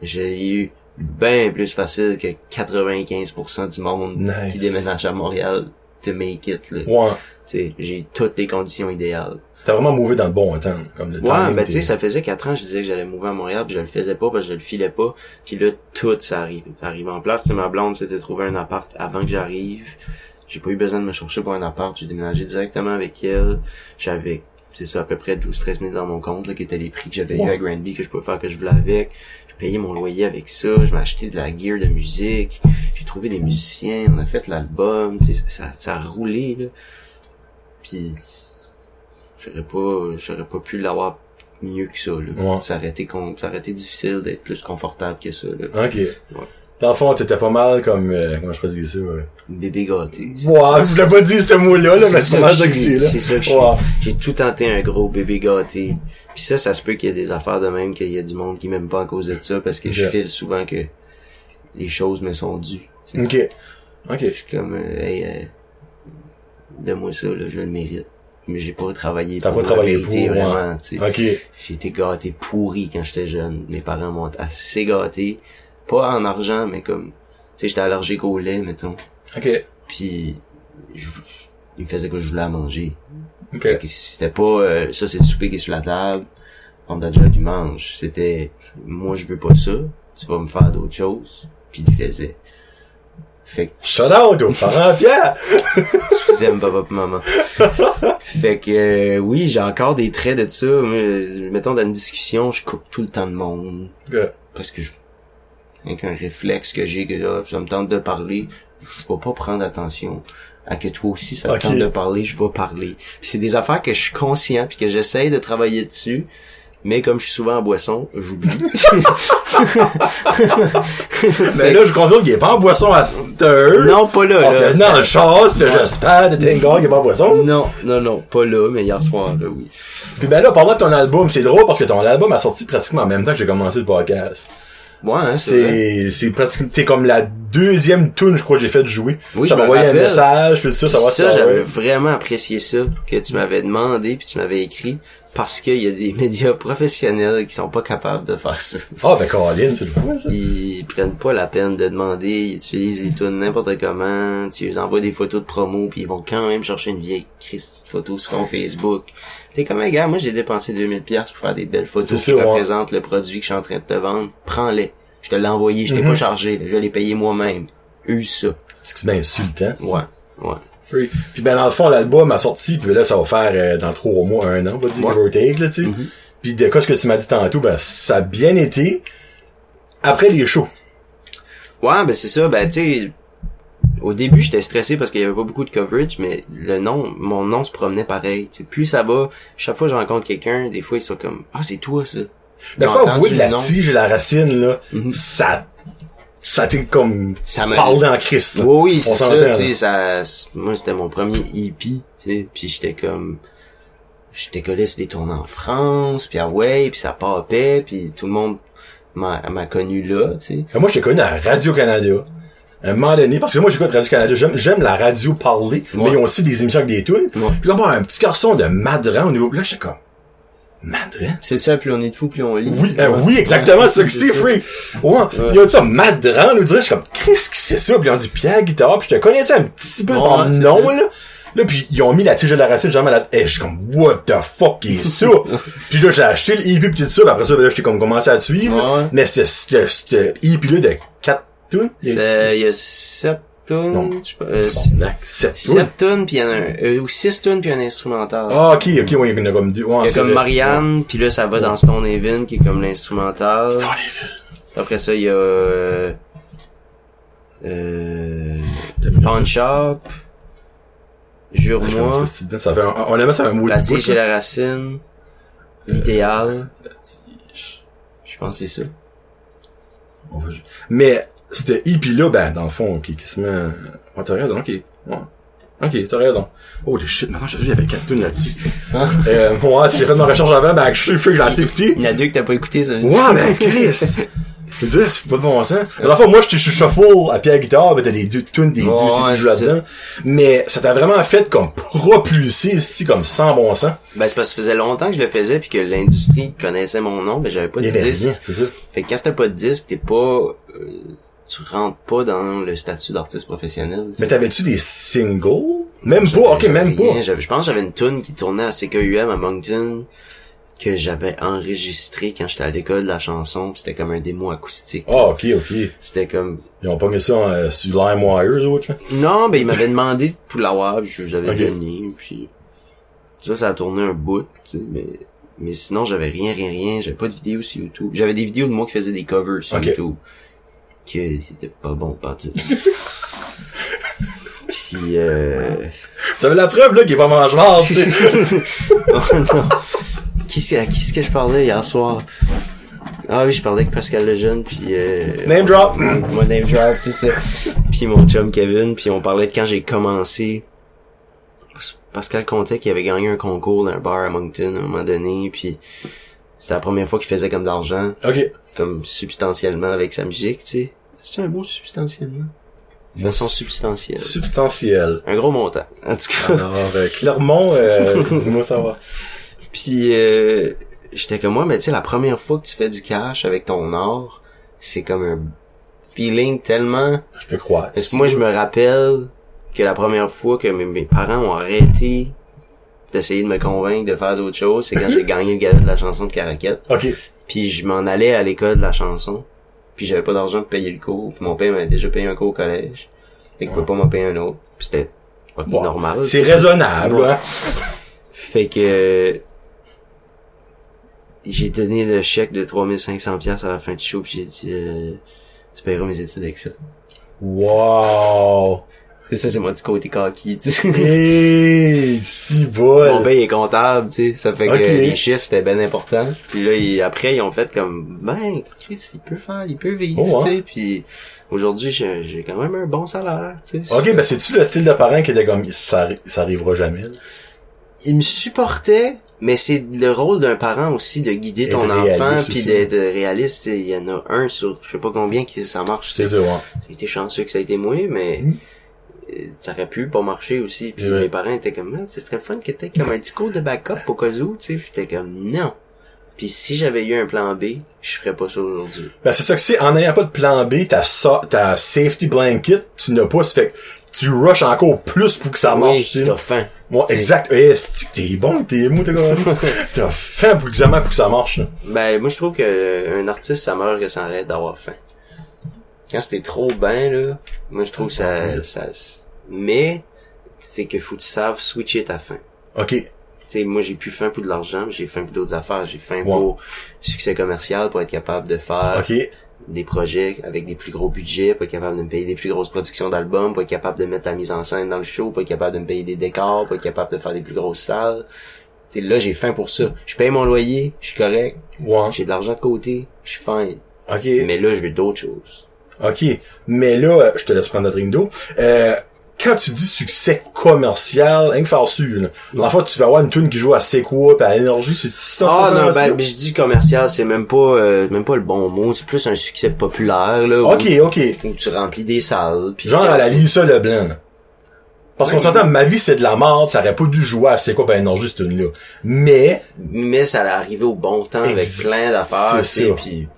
J'ai eu bien plus facile que 95% du monde
Nice.
qui déménage à Montréal to make it. là. Tu
Ouais.
sais, J'ai toutes les conditions idéales.
T'as vraiment mouvé dans le bon temps. Comme le
Ouais,
timing,
ben tu sais,
t'es-
ça faisait quatre ans, je disais que j'allais mouver à Montréal, puis je le faisais pas, parce que je le filais pas. Puis là, tout ça arrive. Ça arrive en place. C'est ma blonde s'était trouvé un appart avant que j'arrive. J'ai pas eu besoin de me chercher pour un appart. J'ai déménagé directement avec elle. J'avais, c'est ça, à peu près 12-13 000 dans mon compte, là, qui étaient les prix que j'avais eu
Ouais.
à Granby, que je pouvais faire que je voulais avec. Je payais mon loyer avec ça. Je m'achetais de la gear de musique. J'ai trouvé des musiciens. On a fait l'album. Tu sais, ça, ça, ça a roulé, là. Puis, j'aurais pas, j'aurais pas pu l'avoir mieux que ça, là.
Ouais.
Ça aurait été con, ça aurait été difficile d'être plus confortable que ça, là.
Ok. Dans le fond, t'étais pas mal comme... euh, comment je peux dire ça? Ouais,
Bébé gâté.
ouais je voulais pas dire ce mot-là, là, mais
ça
c'est pas mal
que
ça
je
que c'est,
suis,
là.
c'est ça que je
Ouais.
J'ai tout tenté un gros bébé gâté. Puis ça, ça se peut qu'il y ait des affaires de même, qu'il y a du monde qui m'aime pas à cause de ça, parce que je
Ok.
file souvent que les choses me sont dues. tu sais.
Ok. Ok.
Je suis comme, euh, hey, euh, donne-moi ça, là, je le mérite. mais j'ai pas travaillé
T'as
pour
pas travaillé
la vérité,
pour, ouais.
vraiment, tu sais.
Ok.
J'ai été gâté pourri quand j'étais jeune. Mes parents m'ont assez gâté. Pas en argent, mais comme, tu sais, j'étais allergique au lait, mettons.
Ok.
Puis, je- ils me faisaient que je voulais à manger.
Ok.
Fait que c'était pas, euh, ça c'est le souper qui est sur la table, on me donne déjà puis mange. C'était, moi je veux pas ça, tu vas me faire d'autres choses, puis il le faisait. Fait que
Shout out aux parents Pierre!
je faisais papa pis maman. fait que euh, oui, j'ai encore des traits de ça. Moi, euh, mettons dans une discussion, je coupe tout le temps de monde
Ok.
parce que je avec un réflexe que j'ai que ah, ça me tente de parler, je vais pas prendre attention à que toi aussi ça te
Ok.
tente de parler, je vais parler. Puis c'est des affaires que je suis conscient puis que j'essaye de travailler dessus, mais comme je suis souvent en boisson,
[laughs]
j'oublie.
Mais là, je confirme qu'il est pas en boisson à cette heure.
non, pas là.
Parce
là
que dans
Ça-
le char, c'était
Ouais.
j'espère de Tengar qui est pas en boisson.
non, non, non, pas là, mais hier soir là, oui.
Puis ben là, parlant de ton album, c'est drôle parce que ton album a sorti pratiquement en même temps que j'ai commencé le podcast.
Moi, hein, vrai.
C'est, c'est pratiquement, t'es comme la deuxième tune, je crois, que j'ai fait jouer.
Oui,
ça
je me
envoyé un
rappelle.
message, puis tout ça, savoir si
ça,
ça
j'avais
va.
vraiment apprécié ça que tu m'avais demandé puis tu m'avais écrit parce qu'il y a des [laughs] médias professionnels qui sont pas capables de faire ça.
Ah, ben, Caroline, c'est le fou, ça.
Ils prennent pas la peine de demander, ils utilisent les tunes n'importe comment, tu ils envoient des photos de promo puis ils vont quand même chercher une vieille Christie de photo sur ton Facebook. T'es comme un gars, moi j'ai dépensé 2000 pièces pour faire des belles
C'est
photos qui
sûr, ouais.
représentent le produit que je suis en train de te vendre. Prends-les. Je te l'ai envoyé, je t'ai
Mhm.
pas chargé, là. je l'ai payé moi-même. Use ça.
C'est que c'est bien insultant. ça.
Ouais. Ouais.
Free. Puis ben dans le fond l'album a sorti puis là ça va faire euh, dans trois mois un an on va dire
Ouais. Mm-hmm.
give or take là tu sais. Puis de quoi ce que tu m'as dit tantôt ben ça a bien été après les shows.
Ouais, ben c'est ça, ben tu sais, au début j'étais stressé parce qu'il y avait pas beaucoup de coverage, mais le nom, mon nom se promenait pareil. tu sais. plus ça va, chaque fois que je rencontre quelqu'un, des fois ils sont comme Ah c'est toi ça.
Ben
Ils ont
faut
entendu
avouer que
le
la
nom. Mm-hmm.
tige et la racine là ça ça t'est comme
Ça me-
parle en Christ. là.
Oui, oui,
On
c'est ça,
s'entend, là.
tu sais, ça, c'est- moi, c'était mon premier hippie, tu sais, puis j'étais comme, j'étais collé sur des tournées en France, puis à Way, puis ça papait, puis tout le monde m'a m'a connu là, tu sais.
Ben, Moi je t'ai connu à Radio Canada. Un moment donné, parce que moi j'écoute Radio Canada, j'aime, j'aime la radio parler, mais
Ouais.
ils ont aussi des émissions avec des tunes.
Ouais.
Puis comme un petit garçon de Madran au niveau là j'étais comme Madran
C'est ça, plus on est de fou, plus on lit.
Oui, euh, oui, exactement, c'est ça que c'est, Free. Ouais. Ils ont dit ça, Madran, nous dirait, je suis comme, qu'est-ce que c'est ça? Puis ils ont dit Pierre Guitare, puis je te connaissais un petit peu
Ouais,
par
ouais, c'est
nom,
ça.
là. Là, puis ils ont mis la tige de la racine, genre, la... Eh, je suis comme, what the fuck, qui est
[laughs]
ça? puis là, j'ai acheté le EP, puis tout ça, puis après ça, ben là, j'ai comme commencé à te suivre. là.
Ouais.
Mais c'était, c'était, c'était EP-là de 4 tonnes.
C'est- Il y a sept
Non.
tonnes, je sais pas, euh, six-
7 tonnes.
7 tonnes puis il y en a un, euh, ou 6 tonnes puis un instrumental.
Ah, ok, ok, ouais, il y en a comme deux. Ouais,
il y a
c'est
comme
vrai.
Marianne puis là ça va dans Stone Haven qui est comme l'instrumental.
Dans les villes.
Après ça il y a euh, euh, Pawn Shop,
Ah, je pense
Jure-moi,
que c'est bien, Ça fait un, on aimait ça un mot
La tige et la
Euh,
racine, L'idéal. Je pense que c'est ça.
On va ju- Mais c'était hippie là, ben, dans le fond, qui, qui se met. Ouais, t'as raison, ok. Ouais. Ok, t'as raison. Oh les shit, maintenant j'ai vu, il y avait 4 tonnes là-dessus. c'est-
Hein?
euh, moi, si j'ai fait ma recherche avant, ben je suis fou, j'ai safety.
Il y en a deux que t'as pas écouté ça. veut dire.
Ouais, ben Chris! Je veux dire, c'est pas de bon sens. À la fois, moi, j'étais- je suis shuffle à Pierre Guitare, ben t'as les deux tunes des
Ouais,
deux CD que
ouais,
je joue
c'est
là-dedans. Mais ça t'a vraiment fait comme propulser, c'est comme sans bon sens.
Ben c'est parce que ça faisait longtemps que je le faisais puis que l'industrie connaissait mon nom, ben j'avais pas de
Les
disque.
derniers, c'est ça.
Fait que quand t'as pas de disque, t'es pas, euh, tu rentres pas dans le statut d'artiste professionnel.
Mais t'avais-tu des singles? Même pas, ok,
J'avais
même
rien.
pas.
J'avais- Je pense que j'avais une tune qui tournait à CKUM à Moncton que j'avais enregistrée quand j'étais à l'école de la chanson. pis C'était comme un démo acoustique.
Ah, ok, ok.
C'était comme
Ils ont pas mis ça euh, sur LimeWire, eux autres, là.
non, ben il m'avait demandé pour l'avoir, je j'avais
Ok.
donné. Puis ça, ça a tourné un bout. tu sais, Mais mais sinon j'avais rien, rien, rien. J'avais pas de vidéos sur YouTube. J'avais des vidéos de moi qui faisais des covers sur
Ok.
YouTube. Que c'était pas bon partout.
[laughs]
Puis euh...
Ça veut la preuve, là, qu'il est pas mangeur, tu
[laughs]
sais.
Oh non. [laughs] Qui c'est à qui est-ce que je parlais hier soir? Ah oui, je parlais avec Pascal Lejeune, puis... Euh,
Name drop.
Mon, mon name drop, c'est ça. Puis mon chum Kevin, puis on parlait de quand j'ai commencé. Pas- Pascal comptait qu'il avait gagné un concours d'un bar à Moncton à un moment donné, puis c'était la première fois qu'il faisait comme de l'argent,
ok.
comme substantiellement avec sa musique, tu sais. C'est un mot, substantiellement? de façon substantielle. [laughs]
Substantiel.
Un gros montant, en tout cas.
Alors, euh, Clermont,
[laughs]
euh, dis-moi ça va.
Puis euh, j'étais comme moi, mais tu sais, la première fois que tu fais du cash avec ton or, c'est comme un feeling tellement.
Je peux croire.
Parce que moi, je me rappelle que la première fois que mes, mes parents ont arrêté d'essayer de me convaincre de faire d'autres choses, c'est quand j'ai gagné le galet de la chanson de Caraquette.
Ok.
Puis je m'en allais à l'école de la chanson. Puis j'avais pas d'argent pour payer le cours. Puis mon père m'avait déjà payé un cours au collège. Et qu'il pouvait pas m'en payer un autre. Puis c'était pas
Bon.
normal.
C'est raisonnable, hein.
Fait que j'ai donné le chèque de 3500 pièces à la fin du show puis j'ai dit euh, tu paieras mes études avec ça.
Wow.
Parce que ça c'est mon petit côté coquille, tu sais.
Hey, Eh, si bon.
Mon père il est comptable, tu sais, ça fait que
Ok.
les chiffres c'était bien important. Puis là ils- après ils ont fait comme ben Chris il peut faire, il peut vivre,
Oh, hein.
tu sais. Puis aujourd'hui j'ai j'ai quand même un bon salaire, tu sais.
Ok, ben c'est-tu le style de parent qui était comme ça, arri- ça arrivera jamais? là?
il me supportait mais c'est le rôle d'un parent aussi de guider ton
Être réaliste
enfant puis
aussi.
d'être réaliste il y en a un sur je sais pas combien qui ça marche tu
C'est
sais.
ça, ouais.
J'ai été chanceux que ça a été moi, mais
Mhm.
euh, ça aurait pu pas marcher aussi. Puis
C'est vrai.
mes parents étaient comme, ah, ce serait le fun que t'aies comme un petit cours de backup au cas où, tu sais. Puis J'étais comme, non. Puis si j'avais eu un plan B, je ferais pas ça aujourd'hui.
Ben c'est ça que c'est, en n'ayant pas de plan B, ta, so- ta safety blanket, tu n'as pas, ça fait que tu rushes encore plus pour que ça
oui,
marche, tu sais. [laughs]
t'as faim.
Moi,
C'est-
exact. Eh, esti, t'es bon, t'es mou, t'es comme [laughs] T'as faim pour que ça marche, pour que ça marche, là.
Ben, moi, je trouve que euh, un artiste, ça meurt que ça arrête d'avoir faim. Quand c'était trop ben, là, moi, je trouve que ça, ça... Mais, c'est que faut que tu saves switcher ta faim.
Ok.
Tu sais, moi, j'ai plus faim pour de l'argent, mais j'ai faim pour d'autres affaires. J'ai faim
Ouais.
pour succès commercial, pour être capable de faire
Ok.
des projets avec des plus gros budgets, pour être capable de me payer des plus grosses productions d'albums, pour être capable de mettre la mise en scène dans le show, pour être capable de me payer des décors, pour être capable de faire des plus grosses salles. Tu sais, là, j'ai faim pour ça. Je paye mon loyer, je suis correct,
Ouais.
j'ai de l'argent de côté, je suis fine.
Ok.
Mais là, je veux d'autres choses.
Ok. Mais là, euh, je te laisse prendre notre ligne d'eau. Euh, quand tu dis succès commercial, rien que faire su, là. Dans la fois, tu vas avoir une tune qui joue à C'est quoi, pis à énergie, c'est ça,
Ah
ça, ça,
non,
ça,
ben, je dis commercial, c'est même pas euh, même pas le bon mot, c'est plus un succès populaire là. où-
Ok, ok.
Où tu remplis des salles. puis-
Genre à la Lisa Leblanc. là. Parce qu'on
Ouais.
s'entend, ma vie c'est de la merde, ça aurait pas dû jouer à C'est quoi, pis à énergie, cette tune-là. Mais,
mais ça allait arriver au bon temps avec
Ex-
plein d'affaires, tu
c'est
sais,
ça.
puis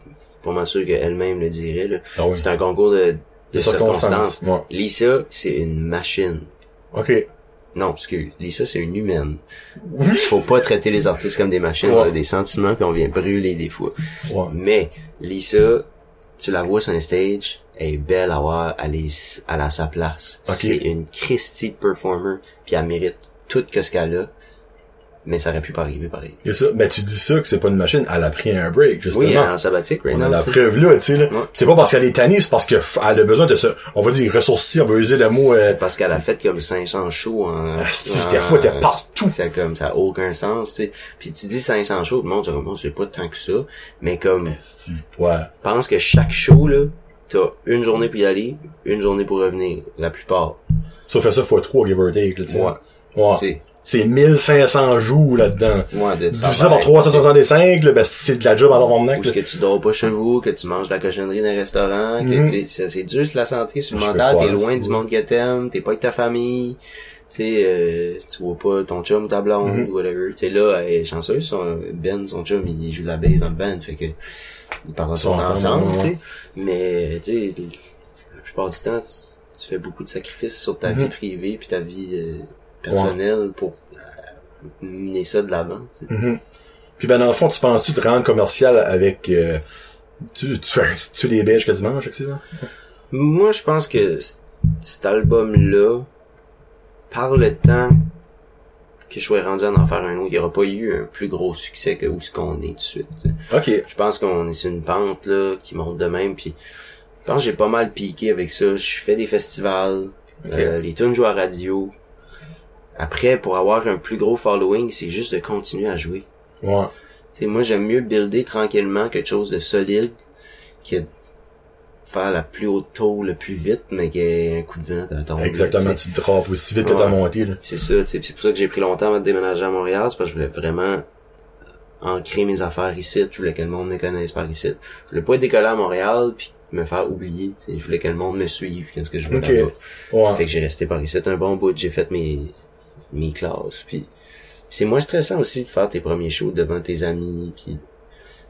pas mal sûr qu'elle-même le dirait, là.
Ah oui.
C'est un concours de, de,
de
circonstances.
circonstances. Ouais.
Lisa, c'est une machine.
Ok.
Non, parce que Lisa, c'est une humaine.
Oui.
Faut pas traiter les artistes comme des machines,
Ouais.
on a des sentiments, puis on vient brûler des fois.
Ouais.
Mais Lisa, tu la vois sur un stage, elle est belle à voir, elle est, elle a sa place.
Ok.
C'est une Christie de performer, puis elle mérite tout que ce qu'elle a. Mais ça aurait pu pas arriver pareil.
Et ça, mais tu dis ça que c'est pas une machine, elle a pris un break, justement.
Oui, elle est en sabbatique right
on
now,
a la
tu sais.
preuve là, tu sais, là.
Ouais.
C'est pas parce qu'elle est tannée, c'est parce qu'elle a besoin de se, on va dire, ressourcier, on va user le mot, euh,
Parce qu'elle a fait comme 500 shows en...
asti, Ah, c'était fou, elle était partout.
Ça comme ça a aucun sens, tu sais. Puis tu dis 500 shows, le monde dit bon, c'est pas tant que ça, mais comme
Asti, ouais.
pense que chaque show là, t'as une journée pour y aller, une journée pour revenir, la plupart.
Ça fait ça fois 3, give or take, là, tu sais.
Ouais.
Ouais.
C'est
C'est 1500 jours, là-dedans.
moi de
Divisé ça
travail.
par 365, là, ben, c'est de la job en
Ou
ordinaire,
ce que tu dors pas chez vous, que tu manges de la cochonnerie dans un restaurant, que
Mhm.
tu sais, c'est- c'est dur sur la santé, sur le
Je peux
mental, t'es
croire,
loin
c'est
du
vrai.
monde que t'aimes, t'es pas avec ta famille, tu sais, euh, tu vois pas ton chum ou ta blonde
Mm-hmm.
ou whatever. Tu sais, là, elle est chanceuse, son- Ben, son chum, il joue de la bass dans le band, fait que ils parlent
sont
ensemble, ensemble
ensemble,
tu
ouais.
sais. Mais, tu sais, la plupart du temps, tu, tu fais beaucoup de sacrifices sur ta
Mm-hmm.
vie privée puis ta vie euh, personnelle pour euh, mener ça de l'avant, tu sais.
Puis ben, dans le fond, tu penses-tu te rendre commercial avec, euh, tu, tu, tu les belges que tu manges, effectivement?
Moi, je pense que c- cet album-là, par le temps que je serais rendu à en faire un autre, il n'y aura pas eu un plus gros succès que où ce qu'on est tout de suite. tu sais.
Ok.
Je pense qu'on est sur une pente là qui monte de même, puis je pense que j'ai pas mal piqué avec ça. Je fais des festivals,
Ok.
euh, les tunes jouent à radio. Après, pour avoir un plus gros following, c'est juste de continuer à jouer.
Ouais.
T'sais, moi, j'aime mieux builder tranquillement quelque chose de solide que de faire la plus haute taux le plus vite, mais qu'il y ait un coup de vent. Attends,
Exactement, tu te drapes aussi vite que
Ouais.
t'as monté, là.
C'est ça. t'sais, C'est pour ça que j'ai pris longtemps avant de déménager à Montréal. C'est parce que je voulais vraiment ancrer mes affaires ici. Je voulais que le monde me connaisse par ici. Je voulais pas décoller à Montréal puis que me faire oublier. tu sais, Je voulais que le monde me suive quand ce que je voulais
Ok.
là-bas. Fait
Ouais.
que j'ai resté par ici un bon bout. J'ai fait mes mes classes. Puis c'est moins stressant aussi de faire tes premiers shows devant tes amis. Puis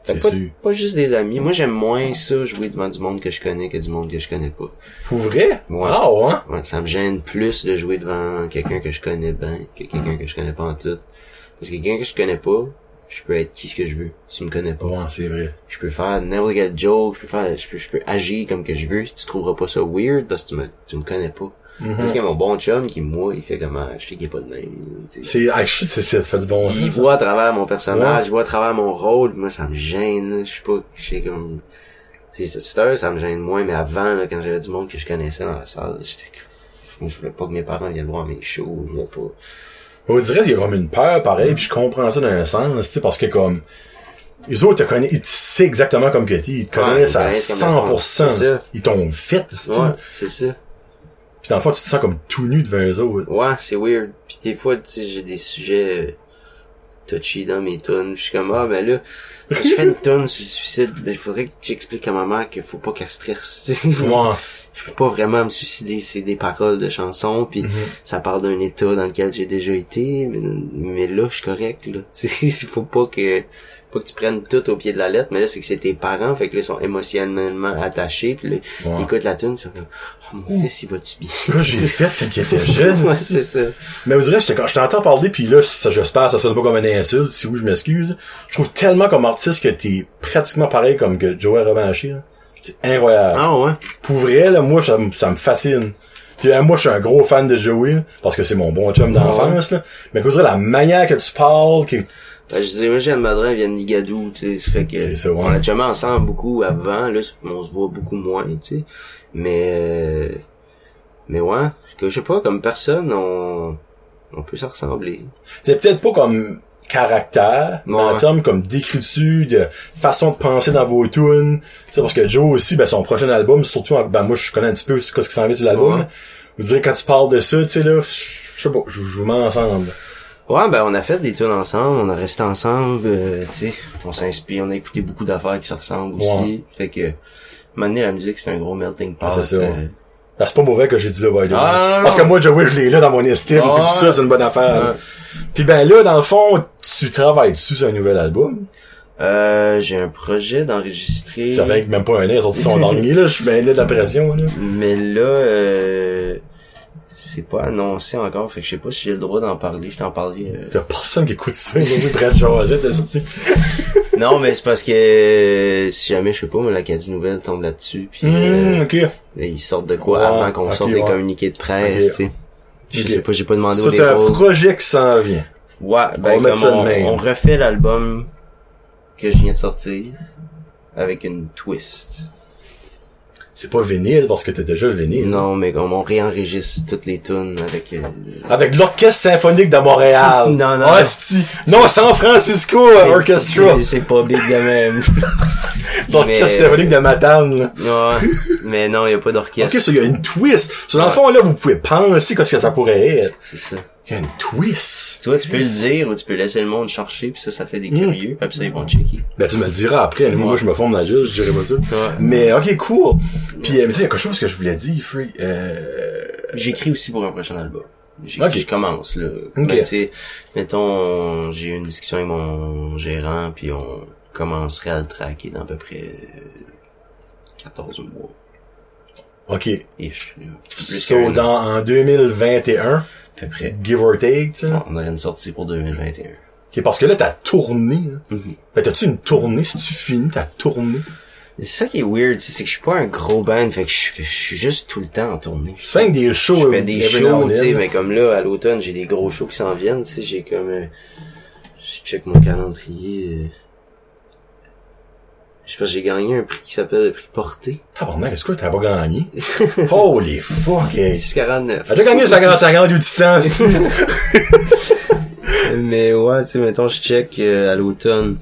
Fait que
C'est
pas,
sûr.
pas juste des amis. Moi j'aime moins ça jouer devant du monde que je connais que du monde que je connais pas.
Pour vrai?
Ouais.
Ah, ouais.
Ouais, ça me gêne plus de jouer devant quelqu'un que je connais bien que quelqu'un que je connais pas en tout. Parce que quelqu'un que je connais pas, je peux être qui ce que je veux. Tu me connais pas.
Ouais, c'est vrai.
Je peux faire n'importe quel joke, je peux faire, je peux, je peux agir comme que je veux. Tu trouveras pas ça weird parce que tu me, tu me connais pas. Parce qu'il y a mon bon chum qui, moi, il fait comme, ah, je sais qu'il est pas de même. tu sais.
C'est, ah, shit, c'est, ça fait du bon
Il
sens.
voit à travers mon personnage, il voit à travers mon rôle, moi, ça me gêne, là. je sais pas, je sais comme, c'est, c'est heure, ça me gêne moins, mais avant, là, quand j'avais du monde que je connaissais dans la salle, j'étais comme, je voulais pas que mes parents viennent voir mes shows, je voulais pas.
On dirait qu'il y a comme une peur,
Mm.
pareil, puis je comprends ça dans un sens, tu sais, parce que comme, les autres te connaissent, ils te savent exactement comme que t'es, ils te
Ouais,
connaissent
ils
à
connaissent comme le fond,
100%.
c'est ça.
Ils t'ont fait, tu sais.
Ouais, c'est ça.
Puis dans le fond, tu te sens comme tout nu devant eux autres.
Ouais, c'est weird. Puis des fois, tu sais, j'ai des sujets euh, touchy dans mes tunes. Puis Je suis comme, ah, ben là, je fais une tune sur le suicide. Ben, il faudrait que j'explique à ma mère qu'il faut pas qu'elle stresse. tu sais.
Ouais.
Je peux pas vraiment me suicider. C'est des paroles de chansons.
Mhm.
Puis ça parle d'un état dans lequel j'ai déjà été. Mais, mais là, je suis correct, là. [laughs] Tu sais, il faut pas que, pas que tu prennes tout au pied de la lettre. Mais là, c'est que c'est tes parents. Fait que là, ils sont émotionnellement attachés. Puis là,
Ouais.
ils écoutent la tune. Puis ils sont comme, oh, mon fils, il va-tu bien?
Là, j'ai fait quand il était jeune.
[laughs] ouais, c'est ça.
Mais vous direz, je te- quand je t'entends parler, puis là, ça, j'espère, ça sonne pas comme une insulte, si oui, je m'excuse. Je trouve tellement comme artiste que t'es pratiquement pareil comme que Joey Romanchi, là. C'est incroyable.
Ah ouais.
Pour vrai, là, moi, ça, me- ça me fascine. Puis là, moi, je suis un gros fan de Joey, là, parce que c'est mon bon chum d'enfance, là. Mais vous direz, la manière que tu parles, que...
Ben, je dis, moi, j'ai Madrin, elle vient de Nigadou, tu sais, ça fait que.
C'est ça, ouais.
On a jamais ensemble beaucoup avant, là, c'est- on se voit beaucoup moins, tu sais. Mais, euh, mais ouais, que je sais pas, comme personne, on, on peut se ressembler.
c'est peut-être pas comme caractère, mais en
Ouais.
termes comme d'écriture, de façon de penser dans vos tunes. Tu sais, parce que Joe aussi, ben, son prochain album, surtout, en- ben, moi, je connais un petit peu ce ce qui s'en vient sur l'album.
Ouais.
là. Vous direz, quand tu parles de ça, tu sais, là, je sais pas, je je vous mets ensemble.
Ouais, ben, on a fait des tours ensemble, on a resté ensemble, euh, tu sais, on s'inspire, on a écouté beaucoup d'affaires qui se ressemblent aussi. Fait que, maintenant, la musique, c'est un gros melting pot.
Ah, c'est ça,
euh,
ouais. Ben, c'est pas mauvais que j'ai dit là, by the way.
Ah, non,
Parce que
non.
moi, Joey, je l'ai là dans mon estime.
Ah,
c'est tout ça,
ouais.
c'est une bonne affaire.
Ouais.
Puis ben là, dans le fond, tu travailles dessus sur un nouvel album.
euh, j'ai un projet d'enregistrer.
Ça fait même pas un an, ils ont sorti
[laughs]
son dernier, là. Je suis mêlé de la pression, là.
Mais là, euh, c'est pas annoncé encore, fait que je sais pas si j'ai le droit d'en parler. Je t'en parlerai. euh.
Y'a personne qui écoute ça, ils près de jaser, t'as dit.
non, mais c'est parce que euh, si jamais, je sais pas, moi, l'Acadie Nouvelle tombe là-dessus, puis
Hum,
euh,
ok.
ils sortent de quoi
Ouais,
avant qu'on
ok,
sorte
ouais.
les communiqués de presse,
Ok.
tu sais. Je
Ok.
sais pas, j'ai pas demandé au
C'est un
label.
projet qui s'en vient.
Ouais,
On
ben
va
comme
mettre ça de
on,
même.
on refait l'album que je viens de sortir avec une twist.
C'est pas vinyle, parce que t'es déjà vinyle.
Non, mais comme on réenregistre toutes les tunes avec euh,
Avec l'Orchestre Symphonique de Montréal.
Non, non.
Hostie. Non, San Francisco euh,
c'est-
Orchestra.
c'est- C'est pas big de même.
[laughs] L'Orchestre
mais-
Symphonique de Matane, là.
Ouais, mais non, il a pas d'orchestre.
Ok, ça, il y a une twist. So, dans le
Ouais.
fond, là, vous pouvez penser qu'est-ce que ça pourrait être.
C'est ça.
Il y a une twist.
Tu vois, tu peux le dire ou tu peux laisser le monde chercher, puis ça, ça fait des
Mm.
curieux, puis ça, ils vont checker.
Ben, tu me le diras après. mais Moi, je me forme la juge, je dirais pas ça.
Ouais.
Mais, ok, cool. Puis, euh, mais ça, il y a quelque chose que je voulais dire, Free. Euh...
J'écris aussi pour un prochain album. J'écris-
Ok.
Je commence, là.
Ok.
Mais tu sais, mettons, j'ai eu une discussion avec mon gérant, puis on commencerait à le traquer dans à peu près euh, 14 mois.
Ok.
Ish. là. Un petit peu plus
So,
qu'un an,
dans, en 2021,
à peu près.
give or take, tu sais.
Bon, on aurait une sortie pour 2021.
Ok, parce que là, t'as tourné. Hein.
Mhm.
Ben, t'as-tu une tournée? Si tu finis ta tournée,
C'est ça qui est weird, tu sais, c'est que je suis pas un gros band, fait que je fais- je suis juste tout le temps en tournée.
tu fais des shows.
je fais des
every now
shows,
and
tu
then.
sais, mais comme là, à l'automne, j'ai des gros shows qui s'en viennent, tu sais, j'ai comme, euh, je check mon calendrier, euh, je sais pas, j'ai gagné un prix qui s'appelle le prix Porté.
Tabarnak, est-ce que t'as pas
[laughs]
gagné? Holy fuck, hey.
649.
T'as déjà gagné 50-50 du
[laughs]
titan, c'est-
Mais ouais, tu sais, mettons, je check euh, à l'automne.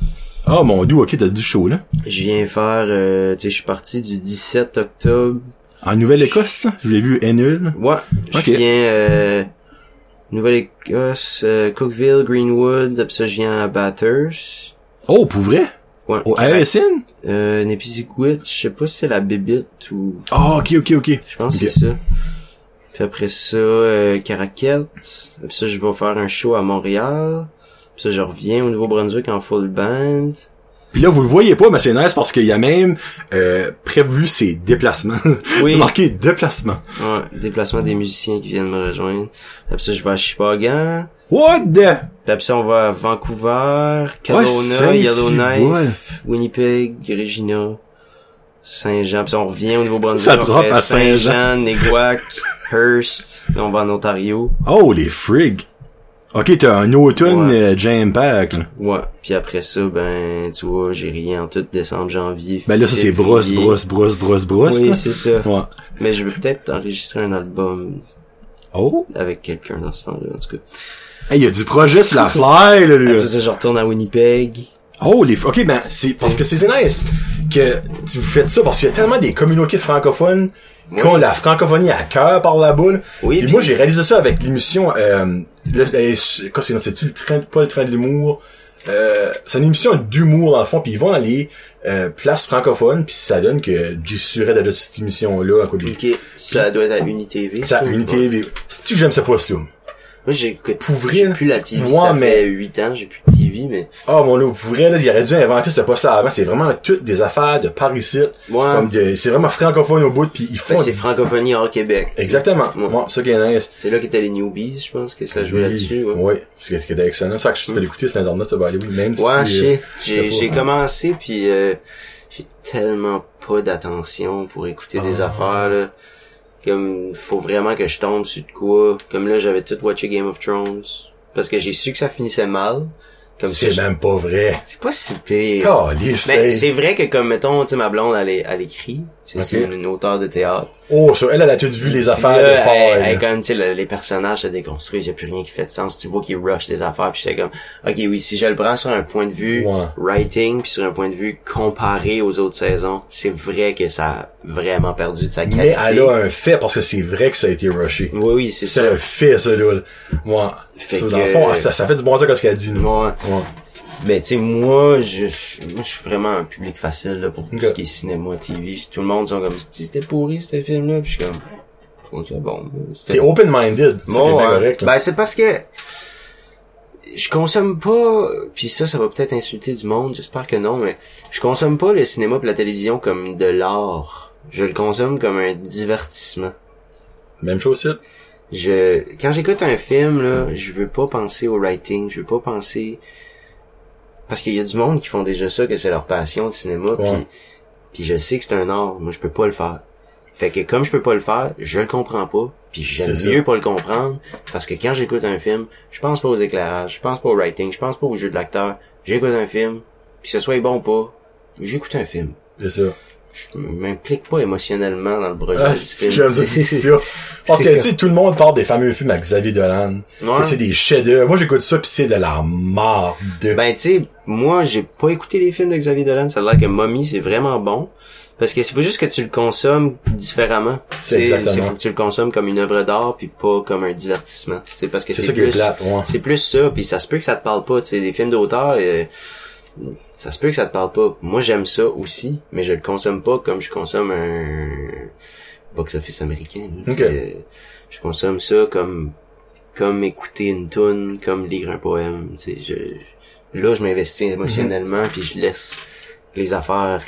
Ah, mon dieu, ok, t'as du show, là.
Je viens faire, euh, tu sais, je suis parti du 17 octobre.
En Nouvelle-Écosse, ça? Je l'ai vu, N-Nul.
Ouais, je
Ok.
viens, euh, Nouvelle-Écosse, euh, Cookville, Greenwood, après ça, je viens à Bathurst.
Oh, pour vrai?
Ouais.
Au à ESN?
Euh, Nepisiquit, je sais pas si c'est la bébite ou...
Ah, ok, ok, ok.
Je pense que
Ok.
c'est ça. Puis après ça, euh, Caraquette. Puis ça, je vais faire un show à Montréal. Puis ça, je reviens au Nouveau-Brunswick en full band.
Puis là, vous le voyez pas, mais c'est nice parce qu'il y a même euh, prévu ses déplacements. [laughs]
Oui.
c'est marqué déplacement.
Ouais, déplacement des musiciens qui viennent me rejoindre. Puis après ça, je vais à Chipagan.
What the?
Puis après ça, on va à Vancouver,
Ouais,
Kelowna,
c'est- hein.
Yellowknife,
c'est- ouais.
Winnipeg, Regina, Saint-Jean. Puis ça, on revient au Nouveau-Brunswick.
Ça
on
drop
fait
à Saint-Jean.
Néguac, Hearst. Là, on va en Ontario.
Oh, les frigs. Ok, t'as un automne
Ouais.
euh, jam pack, là.
Ouais, puis après ça, ben, tu vois, j'ai rien en tout décembre, janvier.
Ben là, ça, c'est
février.
brosse, brosse, brosse, brosse, brosse,
Oui,
là.
c'est ça.
Ouais.
Mais je veux peut-être enregistrer un album
Oh.
avec quelqu'un dans ce temps-là, en tout cas.
Hey, y a du projet sur la fly, là, lui.
Après ça, je retourne à Winnipeg.
Oh, les... f- Ok, ben, c'est parce que c'est nice que tu vous faites ça, parce qu'il y a tellement des communautés francophones qui ont la francophonie à cœur par la boule.
Oui,
Et
puis-
moi, j'ai réalisé ça avec l'émission... Euh, le- euh, quand c'est... C'est-tu le train... Pas le train de l'humour... Euh, c'est une émission d'humour, dans le fond, puis ils vont dans les euh, places francophones, puis ça donne que j'ai suré d'adopter cette émission-là à côté.
Ok, ça doit être à UniTV.
Ça, une TV. Si j'aime ce poste-là.
Moi, j'écoute
Pour vrai,
j'ai plus la TV.
moi,
ça
mais-
fait 8 ans, j'ai plus de TV, mais...
Ah, mon loup, pour vrai, là, il aurait dû inventer ce poste-là avant. C'est vraiment toutes des affaires de parisites.
Ouais.
Comme de- c'est vraiment francophone au bout, puis ils font...
Fait que Ah. Ben, c'est francophonie hors Québec. tu sais.
Exactement.
Ouais.
Moi, ça qui est nice.
C'est là qu'étaient les newbies, je pense, que ça jouait là-dessus, ouais. Mm.
Oui, c'est ce qui était excellent. Ça que je peux l'écouter sur Internet, ça va aller, oui, même si euh,
Ouais,
tu,
je sais.
je
J'ai
sais pas.
j'ai commencé, puis euh, j'ai tellement pas d'attention pour écouter des
Ah.
affaires, là. Comme, faut vraiment que je tombe sur de quoi. Comme là, j'avais tout watché Game of Thrones. Parce que j'ai su que ça finissait mal. Comme ça,
C'est
je-
même pas vrai.
C'est pas si pire.
Calisse, c'est...
Mais c'est vrai que, comme, mettons, tu sais, ma blonde, elle, est- elle écrit. Tu sais, C'est
Ok.
une, une auteure de théâtre.
Oh, ça, elle, elle a tout vu les affaires
Là,
de fort.
elle-
là.
elle, comme, tu sais, le- les personnages se déconstruisent, y a plus rien qui fait de sens. Tu vois qu'ils rush des affaires, puis j'étais comme, ok, oui, si je le prends sur un point de vue
Ouais.
writing, puis sur un point de vue comparé aux autres saisons, c'est vrai que ça a vraiment perdu de sa qualité.
Mais elle a un fait, parce que c'est vrai que ça a été rushé.
Oui, oui, c'est ça.
C'est un fait, ça, là. Moi,
Fait
ça, dans le
que-
fond, ça, ça fait du bon sens quand ce qu'elle dit, nous.
Ouais.
Ouais.
Ben, tu sais, moi, je, je- moi, je suis vraiment un public facile, là, pour tout
Ok.
ce qui est cinéma, TV. Tout le monde, sont comme, c'était pourri, ce film-là, puis je suis comme, bon, c'est bon. c'était
T'es open-minded. C'est
Bon,
bien
euh,
correct, là.
ben c'est parce que je consomme pas puis ça ça va peut-être insulter du monde, j'espère que non mais je consomme pas le cinéma et la télévision comme de l'art. Je le consomme comme un divertissement.
Même chose, ça.
Je quand j'écoute un film là, je veux pas penser au writing, je veux pas penser parce qu'il y a du monde qui font déjà ça que c'est leur passion le cinéma
Ouais.
puis puis je sais que c'est un art, moi je peux pas le faire. Fait que comme je peux pas le faire, je le comprends pas, puis j'aime
C'est ça.
mieux pas le comprendre parce que quand j'écoute un film, je pense pas aux éclairages, je pense pas au writing, je pense pas au jeu de l'acteur. J'écoute un film, puis que ce soit bon ou pas, j'écoute un film.
C'est ça.
Je m'implique pas émotionnellement dans le projet
Ah,
du
c'est
film.
j'aime ça,
[laughs]
c'est
C'est- c'est-
ça. Parce que,
c'est-
tu sais, tout le monde parle des fameux films à Xavier Dolan.
Ouais.
Que c'est des chefs-d'œuvre. Moi, j'écoute ça pis c'est de la merde.
Ben, tu sais, moi, j'ai pas écouté les films de Xavier Dolan. Ça a l'air que Mommy, c'est vraiment bon. Parce que c'est faut juste que tu le consommes différemment.
C'est
Tu sais,
exactement.
c'est- faut que tu le consommes comme une œuvre d'art puis pas comme un divertissement. C'est parce que
c'est
c'est
ça qui est
plus,
plate, ouais.
c'est plus ça. Puis ça se peut que ça te parle pas. Tu sais, les films d'auteur, euh, ça se peut que ça te parle pas. Moi, j'aime ça aussi, mais je le consomme pas comme je consomme un box-office américain. là.
Ok.
C'est- Je consomme ça comme comme écouter une tune, comme lire un poème. Tu sais, je, je- là, je m'investis émotionnellement, puis je laisse les affaires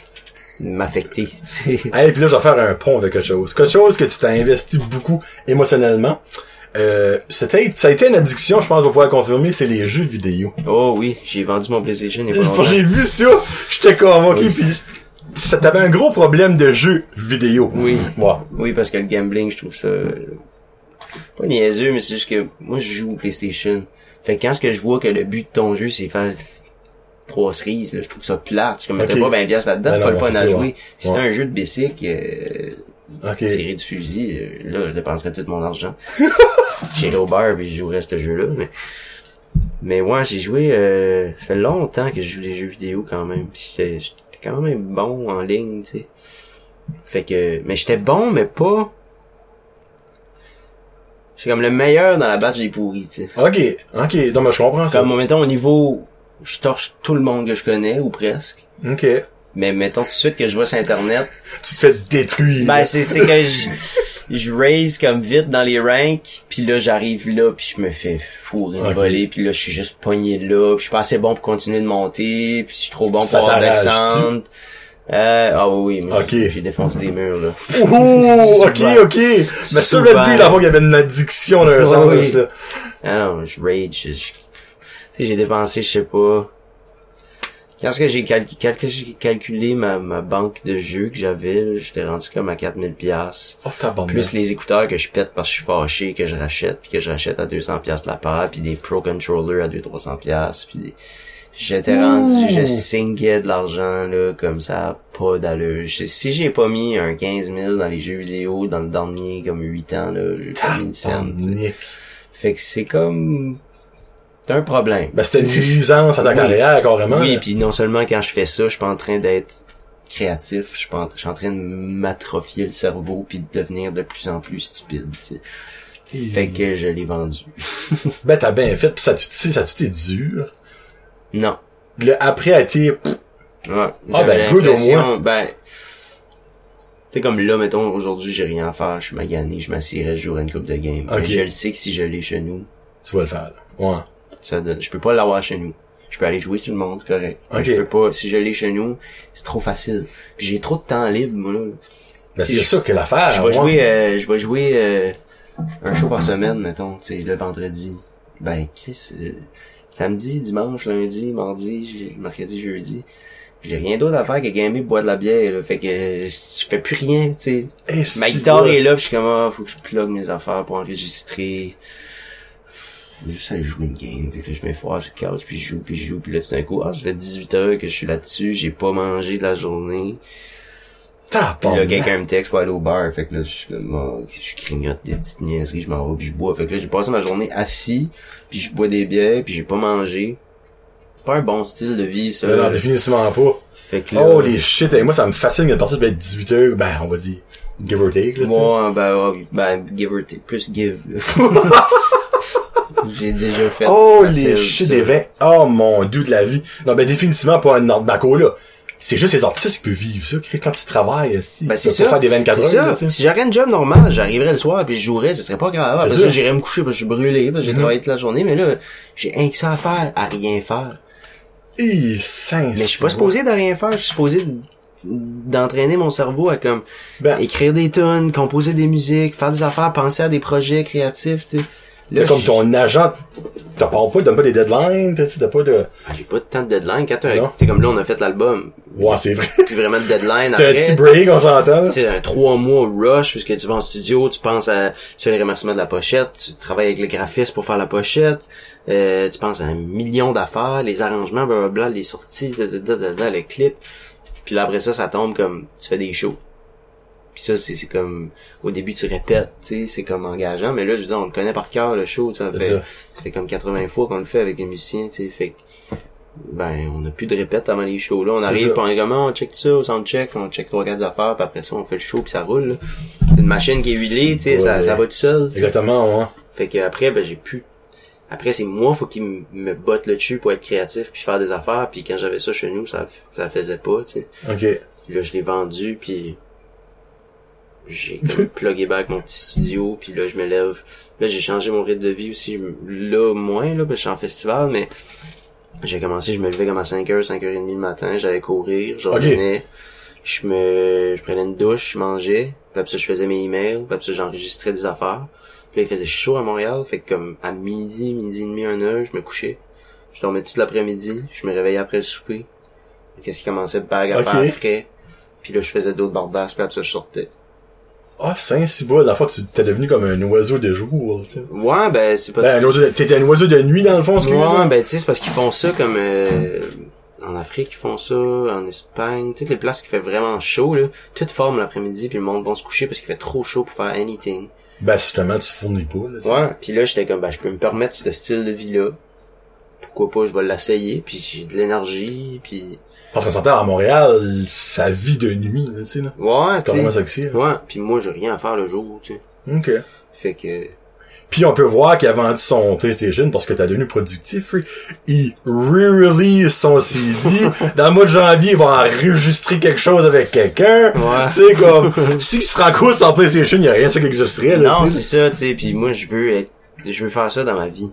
m'affecter. [laughs] tu sais.
Hey, puis là, je vais faire un pont avec quelque chose. Quelque chose que tu t'as investi beaucoup émotionnellement. Euh, c'était, ça a été une addiction, je pense, on va pouvoir confirmer, c'est les jeux vidéo.
Oh oui, j'ai vendu mon PlayStation il y
[laughs]
a pas longtemps.
J'ai vu ça, j'étais convoqué pis ça t'avais un gros problème de jeux vidéo.
Oui.
Moi.
Oui, parce que le gambling, je trouve ça euh, pas niaiseux, mais c'est juste que moi, je joue au PlayStation. Fait que quand ce que je vois que le but de ton jeu, c'est faire trois cerises, là, je trouve ça plate. Je mettrais
Ok.
pas 20 piastres là-dedans,
Ben
c'est pas
non,
le fun
c'est
à
ça,
jouer.
ouais.
Si c'était
Ouais.
un jeu de basic, euh,
Ok.
tirer du fusil, euh, là, je dépenserais tout mon
[laughs]
argent. Chez Robert, puis je jouerais à ce jeu-là, mais... Mais ouais, j'ai joué... euh, ça fait longtemps que je joue des jeux vidéo, quand même. Puis J'étais j'étais quand même bon en ligne, tu sais. Fait que... Mais j'étais bon, mais pas... J'étais comme le meilleur dans la batch des pourris, tu sais.
Ok, ok. Non, mais je comprends ça.
Comme, mettons, au niveau je torche tout le monde que je connais, ou presque.
Ok.
Mais mettons tout de suite que je vois sur Internet,
Tu te fais détruire. [laughs]
Ben, c'est, c'est que je, je raise comme vite dans les ranks, puis là, j'arrive là, puis je me fais fourrer,
Ok.
voler, puis là, je suis juste poigné là, puis je suis pas assez bon pour continuer de monter, puis je suis trop bon
Ça
pour avoir
t'arrache-tu?
descendre. Euh, ah oui, oui, mais
Ok.
j'ai défoncé des murs, là.
Oh, ok,
Souvent.
ok. Mais ça veut
Souvent.
dire, là, qu'il y avait une addiction dans un
Ouais,
sens,
oui.
là.
Ah non, je rage, je, je- tu sais, j'ai dépensé, je sais pas... Quand est-ce que j'ai calcu- quand est-ce que j'ai calculé ma, ma banque de jeux que j'avais, là, j'étais rendu comme à 4000 piastres.
Oh, t'as bon.
Plus les écouteurs que je pète parce que je suis fâché, que je rachète, puis que je rachète à 200 pièces la paire, puis des Pro Controller à 200-300 pièces, puis des... J'étais rendu, je singuais de l'argent, là, comme ça, pas d'allure. Je- Si j'ai pas mis un 15 000 dans les jeux vidéo dans le dernier, comme 8 ans, là, j'ai pas mis une scène, tu sais. Fait que c'est comme... C'est un problème.
Ben, c'était
C'est-
une nuisance à ta
Oui.
carrière, carrément.
oui,
là.
puis non seulement quand je fais ça, je suis pas en train d'être créatif, je suis, pas en, je suis en train de m'atrophier le cerveau puis de devenir de plus en plus stupide. tu sais. Fait que je l'ai vendu.
Ben, t'as bien fait, pis ça, tu sais, ça, tu t'es dur.
Non.
Le après a été, pff,
Ouais.
Ah, ben,
J'avais
good, au
l'impression-
moins.
Ben, c'est comme là, mettons, aujourd'hui, j'ai rien à faire, je suis magané, je m'assirais, je jouerais une coupe de game.
Ok.
Mais je le sais que si je l'ai chez nous,
tu vas le faire, là. Ouais.
ça donne, je peux pas l'avoir chez nous. Je peux aller jouer sur le monde, c'est correct. Mais
Ok.
Je peux pas, si je l'ai chez nous, c'est trop facile. Puis j'ai trop de temps libre, moi, là.
Ben,
Je-
c'est ça que l'affaire.
je vais
ouais.
jouer, euh, je vais jouer euh, un show par semaine, mettons, tu sais, le vendredi. Ben, Chris, euh, samedi, dimanche, lundi, mardi, je- mercredi, jeudi. J'ai rien d'autre à faire que gamer, boire de la bière, là. Fait que euh, je fais plus rien, tu sais.
Eh,
Ma
si,
guitare
ouais.
est là, pis je suis comme, ah, faut que je plug mes affaires pour enregistrer. Faut juste aller jouer une game. Fait que là, je m'effoire sur le couch, puis je joue, puis je joue, puis là, tout d'un coup, ah, ça fait 18 heures que je suis là-dessus, j'ai pas mangé de la journée.
T'as
Puis
pas.
là, quelqu'un me texte pour aller au bar. Fait que là, je suis comme, oh, je grignote des petites niaiseries, je m'en vais, puis je bois. Fait que là, j'ai passé ma journée assis, puis je bois des bières, puis j'ai pas mangé. Pas un bon style de vie, ça.
Non, définitivement pas.
Fait que là... euh,
Oh, les shit. Et moi, ça me fascine que personne peut être 18 heures. Ben, on va dire, give or take, là, tu sais.
Moi, ben, oh, ben, give or take, plus give. là.
[laughs]
j'ai déjà fait...
Oh,
facile,
les shit
ça.
des vins. Oh, mon dieu de la vie. Non, ben, définitivement pas un ordinaco, là. C'est juste les artistes qui peuvent vivre ça. Quand tu travailles, si.
Ben,
tu
c'est
peux pas faire
ça.
des 24
C'est
heures,
ça.
là, tu sais.
Si j'aurais un job normal, j'arriverais le soir puis je jouerais, ce serait pas grave. Après
C'est
ça,
ça. Mm-hmm.
j'irais me coucher parce que je suis brûlé, parce que j'ai travaillé toute la journée, mais là, j'ai rien que ça à faire, à rien faire.
Eh, saint-
Mais je suis pas supposé de rien faire, je suis supposé de- d'entraîner mon cerveau à comme
Ben,
écrire des tonnes, composer des musiques, faire des affaires, penser à des projets créatifs, tu sais. Là,
comme
je-
ton agent, t'as pas, t'as pas des deadlines, t'as t'as pas de...
Ah, j'ai pas de temps de deadline quand t'as-
Non.
t'es comme là on a fait l'album.
Ouais, c'est vrai.
Plus vraiment de deadline
T'as un
après.
petit break, on s'entend.
C'est un trois mois rush parce que tu vas en studio, tu penses à tu fais les remerciements de la pochette, tu travailles avec le graphiste pour faire la pochette, euh, tu penses à un million d'affaires, les arrangements, blablabla, les sorties, da, da, da, da, da, le clip. Puis là après ça, ça tombe comme tu fais des shows. Puis ça, c'est c'est comme au début tu répètes, tu sais, c'est comme engageant, mais là je veux dire, on le connaît par cœur le show, tu sais, ça
C'est
fait,
ça.
ça fait comme 80 fois qu'on le fait avec les musiciens, tu sais, fait que ben on n'a plus de répète avant les shows là on
C'est
arrive
ça.
puis on est comme, Ah, on check ça on s'en check on check trois quatre affaires puis après ça on fait le show puis ça roule là. c'est une machine qui est huilée tu sais
Ouais.
ça, ça va tout seul
Exactement, ouais.
fait que après ben j'ai plus après c'est moi faut qu'il m- me botte le dessus pour être créatif puis faire des affaires puis quand j'avais ça chez nous ça ça le faisait pas tu sais
Ok.
Puis là je l'ai vendu puis j'ai comme plugué back mon petit studio puis là je me lève là j'ai changé mon rythme de vie aussi Je me- là moins là parce que je suis en festival mais j'ai commencé je me levais comme à 5h 5h30 le matin j'allais courir je
Ok.
revenais je me je prenais une douche je mangeais puis après ça je faisais mes emails puis après ça j'enregistrais des affaires puis là il faisait chaud à Montréal fait que comme à midi midi et demi 1 heure je me couchais je dormais toute l'après-midi je me réveillais après le souper qu'est-ce qui commençait de bague à
Ok.
faire frais puis là je faisais d'autres bardasses puis après ça je sortais
Ah, saint si bas, la fois, tu t'es devenu comme un oiseau de jour, tu sais.
ouais ben c'est pas
Ben, un oiseau de... t'étais un oiseau de nuit, dans le fond, excuse
Ouais,
moi
ben tu sais, c'est parce qu'ils font ça comme euh, en Afrique, ils font ça, en Espagne, toutes les places qui fait vraiment chaud là, toute forme l'après-midi, puis le monde va se coucher parce qu'il fait trop chaud pour faire anything.
Ben, justement, tu fournis pas, là, tu sais.
Ouais, puis là j'étais comme ben je peux me permettre ce style de vie là. Pourquoi pas, je vais l'essayer, puis j'ai de l'énergie, puis
Parce qu'on s'entend, à Montréal, ça vit de nuit, là, tu sais, là.
ouais,
C'est
tu
vraiment
sais.
ça que c'est, là.
Ouais, puis moi j'ai rien à faire le jour, tu sais.
Ok.
Fait que
Puis on peut voir qu'il a vendu son PlayStation parce que t'as devenu productif. Free. Il re-release son
[laughs]
CD. Dans le mois de janvier, il va enregistrer quelque chose avec quelqu'un.
Ouais.
Tu sais, comme, s'il se rend compte sans PlayStation, il y a rien de ça qui existerait. Là,
[laughs] Non,
tu
c'est
sais.
ça, tu sais. Puis moi, je veux être, je veux faire ça dans ma vie.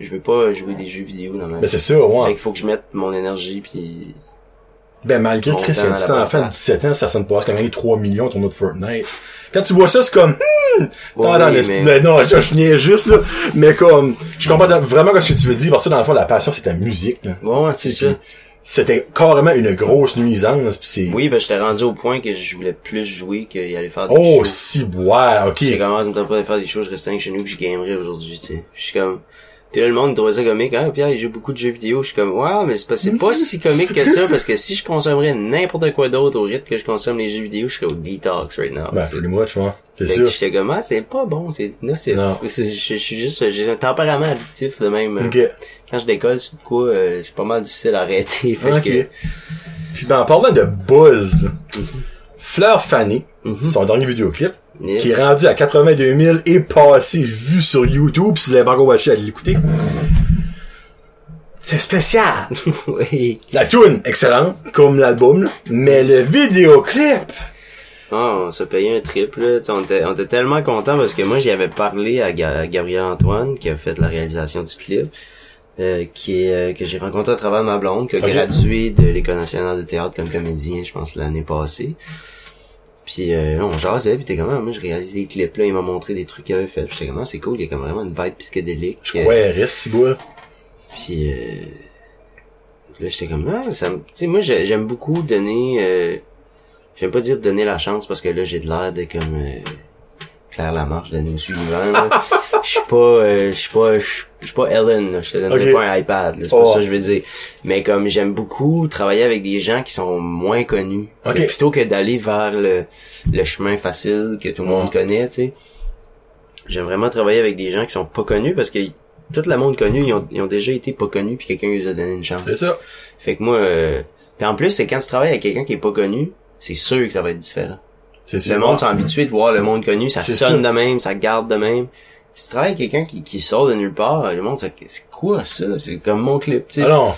Je veux pas jouer des jeux vidéo dans ma
Ben
vie.
c'est ça,
Fait
ouais.
qu'il faut que je mette mon énergie puis
Ben malgré
Mon
Chris, il y a un
temps à
petit
la
enfant de
place.
17 ans, ça sonne pas quand même 3 millions ton autre Fortnite. Quand tu vois ça, c'est comme hmm, t'en
Ouais,
dans
oui,
le-
mais-
mais non, je, je niais juste là, mais comme je comprends vraiment ce que tu veux dire parce que dans le fond la passion c'est ta musique là.
Ouais, c'est ça.
Puis, C'était carrément une grosse nuisance puis c'est
Oui, ben j'étais rendu au point que je voulais plus jouer qu'y aller faire des
Oh,
shows.
si boire, OK.
J'ai commencé à me tenter pas de faire des choses, je restais chez nous puis je gamerais aujourd'hui, tu sais. Je suis comme puis là, le monde trouvait ça comique, hein, Pierre, il joue beaucoup de jeux vidéo. Je suis comme, ouais, mais c'est pas, c'est pas si comique que ça, parce que si je consommerais n'importe quoi d'autre au rythme que je consomme les jeux vidéo, je serais au detox right now.
Ben
tu sais.
plus moi, tu vois. C'est
Fait
sûr.
que j'étais comme, ah, c'est pas bon, c'est, non, c'est,
Non.
c'est- je je suis juste, j'ai un tempérament addictif de même.
OK.
Quand je décolle, c'est de quoi, euh, c'est pas mal difficile à arrêter. [laughs] Fait
OK. Puis ben en parlant de buzz, là,
Mhm.
Fleur Fanny, son dernier vidéoclip,
que, Mhm. yeah.
qui est rendu à 82 000 et passé vu sur YouTube. Si vous l'avez pas encore watché, allez l'écouter. C'est spécial.
[laughs] oui.
La tune, excellente, comme l'album, là. mais le vidéoclip.
Ah, on s'est payé un trip, là. Tu sais, on était, on était tellement contents parce que moi, j'y avais parlé à, Ga- à Gabriel Antoine, qui a fait la réalisation du clip, euh, qui est, euh, que j'ai rencontré à travers ma blonde, qui a
Ok.
gradué de l'École nationale de théâtre comme comédien, je pense, l'année passée. Puis euh, là, on jasait, puis t'es comme, Ah, moi, je réalise des clips, là, il m'a montré des trucs qu'il avait fait. Puis j'étais comme, Ah, c'est cool, il y a comme vraiment une vibe psychédélique. euh,
Ouais, reste, si bois.
puis euh, là, j'étais comme ah, ça. me- Tu sais, moi, j'ai- j'aime beaucoup donner. euh, j'aime pas dire donner la chance parce que là, j'ai de l'air de comme euh, Claire Lamarche donner au suivant.
[laughs]
là. Je suis pas, euh, je suis pas, je suis- je suis pas Ellen. là. Je te donnerai
Ok.
pas un iPad. là. C'est
Oh.
pas ça que je veux dire. Mais comme j'aime beaucoup travailler avec des gens qui sont moins connus,
Ok.
Mais plutôt que d'aller vers le, le chemin facile que tout le monde connaît, tu sais. J'aime vraiment travailler avec des gens qui sont pas connus parce que tout le monde connu, ils ont, ils ont déjà été pas connus puis quelqu'un les a donné une chance.
C'est ça.
Fait que moi, euh... puis en plus, c'est quand tu travailles avec quelqu'un qui est pas connu, c'est sûr que ça va être différent.
C'est
Le
sûr.
monde sont habitués de voir le monde connu, ça
C'est
sonne
ça.
de même, ça garde de même. Si tu travailles avec quelqu'un qui, qui sort de nulle part, le monde, c'est c'est quoi ça? C'est comme mon clip, tu sais.
Ah non.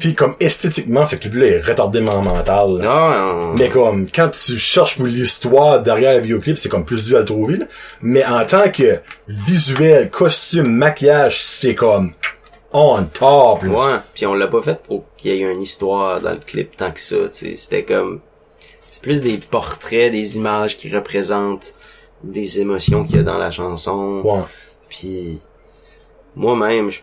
Puis comme esthétiquement, ce clip-là est retardément mental.
Ah.
là.
Non, on-
Mais comme, quand tu cherches pour l'histoire derrière le vidéoclip, c'est comme plus dur à le trouver, là. Mais en tant que visuel, costume, maquillage, c'est comme on top, là.
Ouais, puis on l'a pas fait pour qu'il y ait une histoire dans le clip tant que ça, tu sais. C'était comme... C'est plus des portraits, des images qui représentent des émotions qu'il y a dans la chanson.
Ouais.
Puis moi-même, je-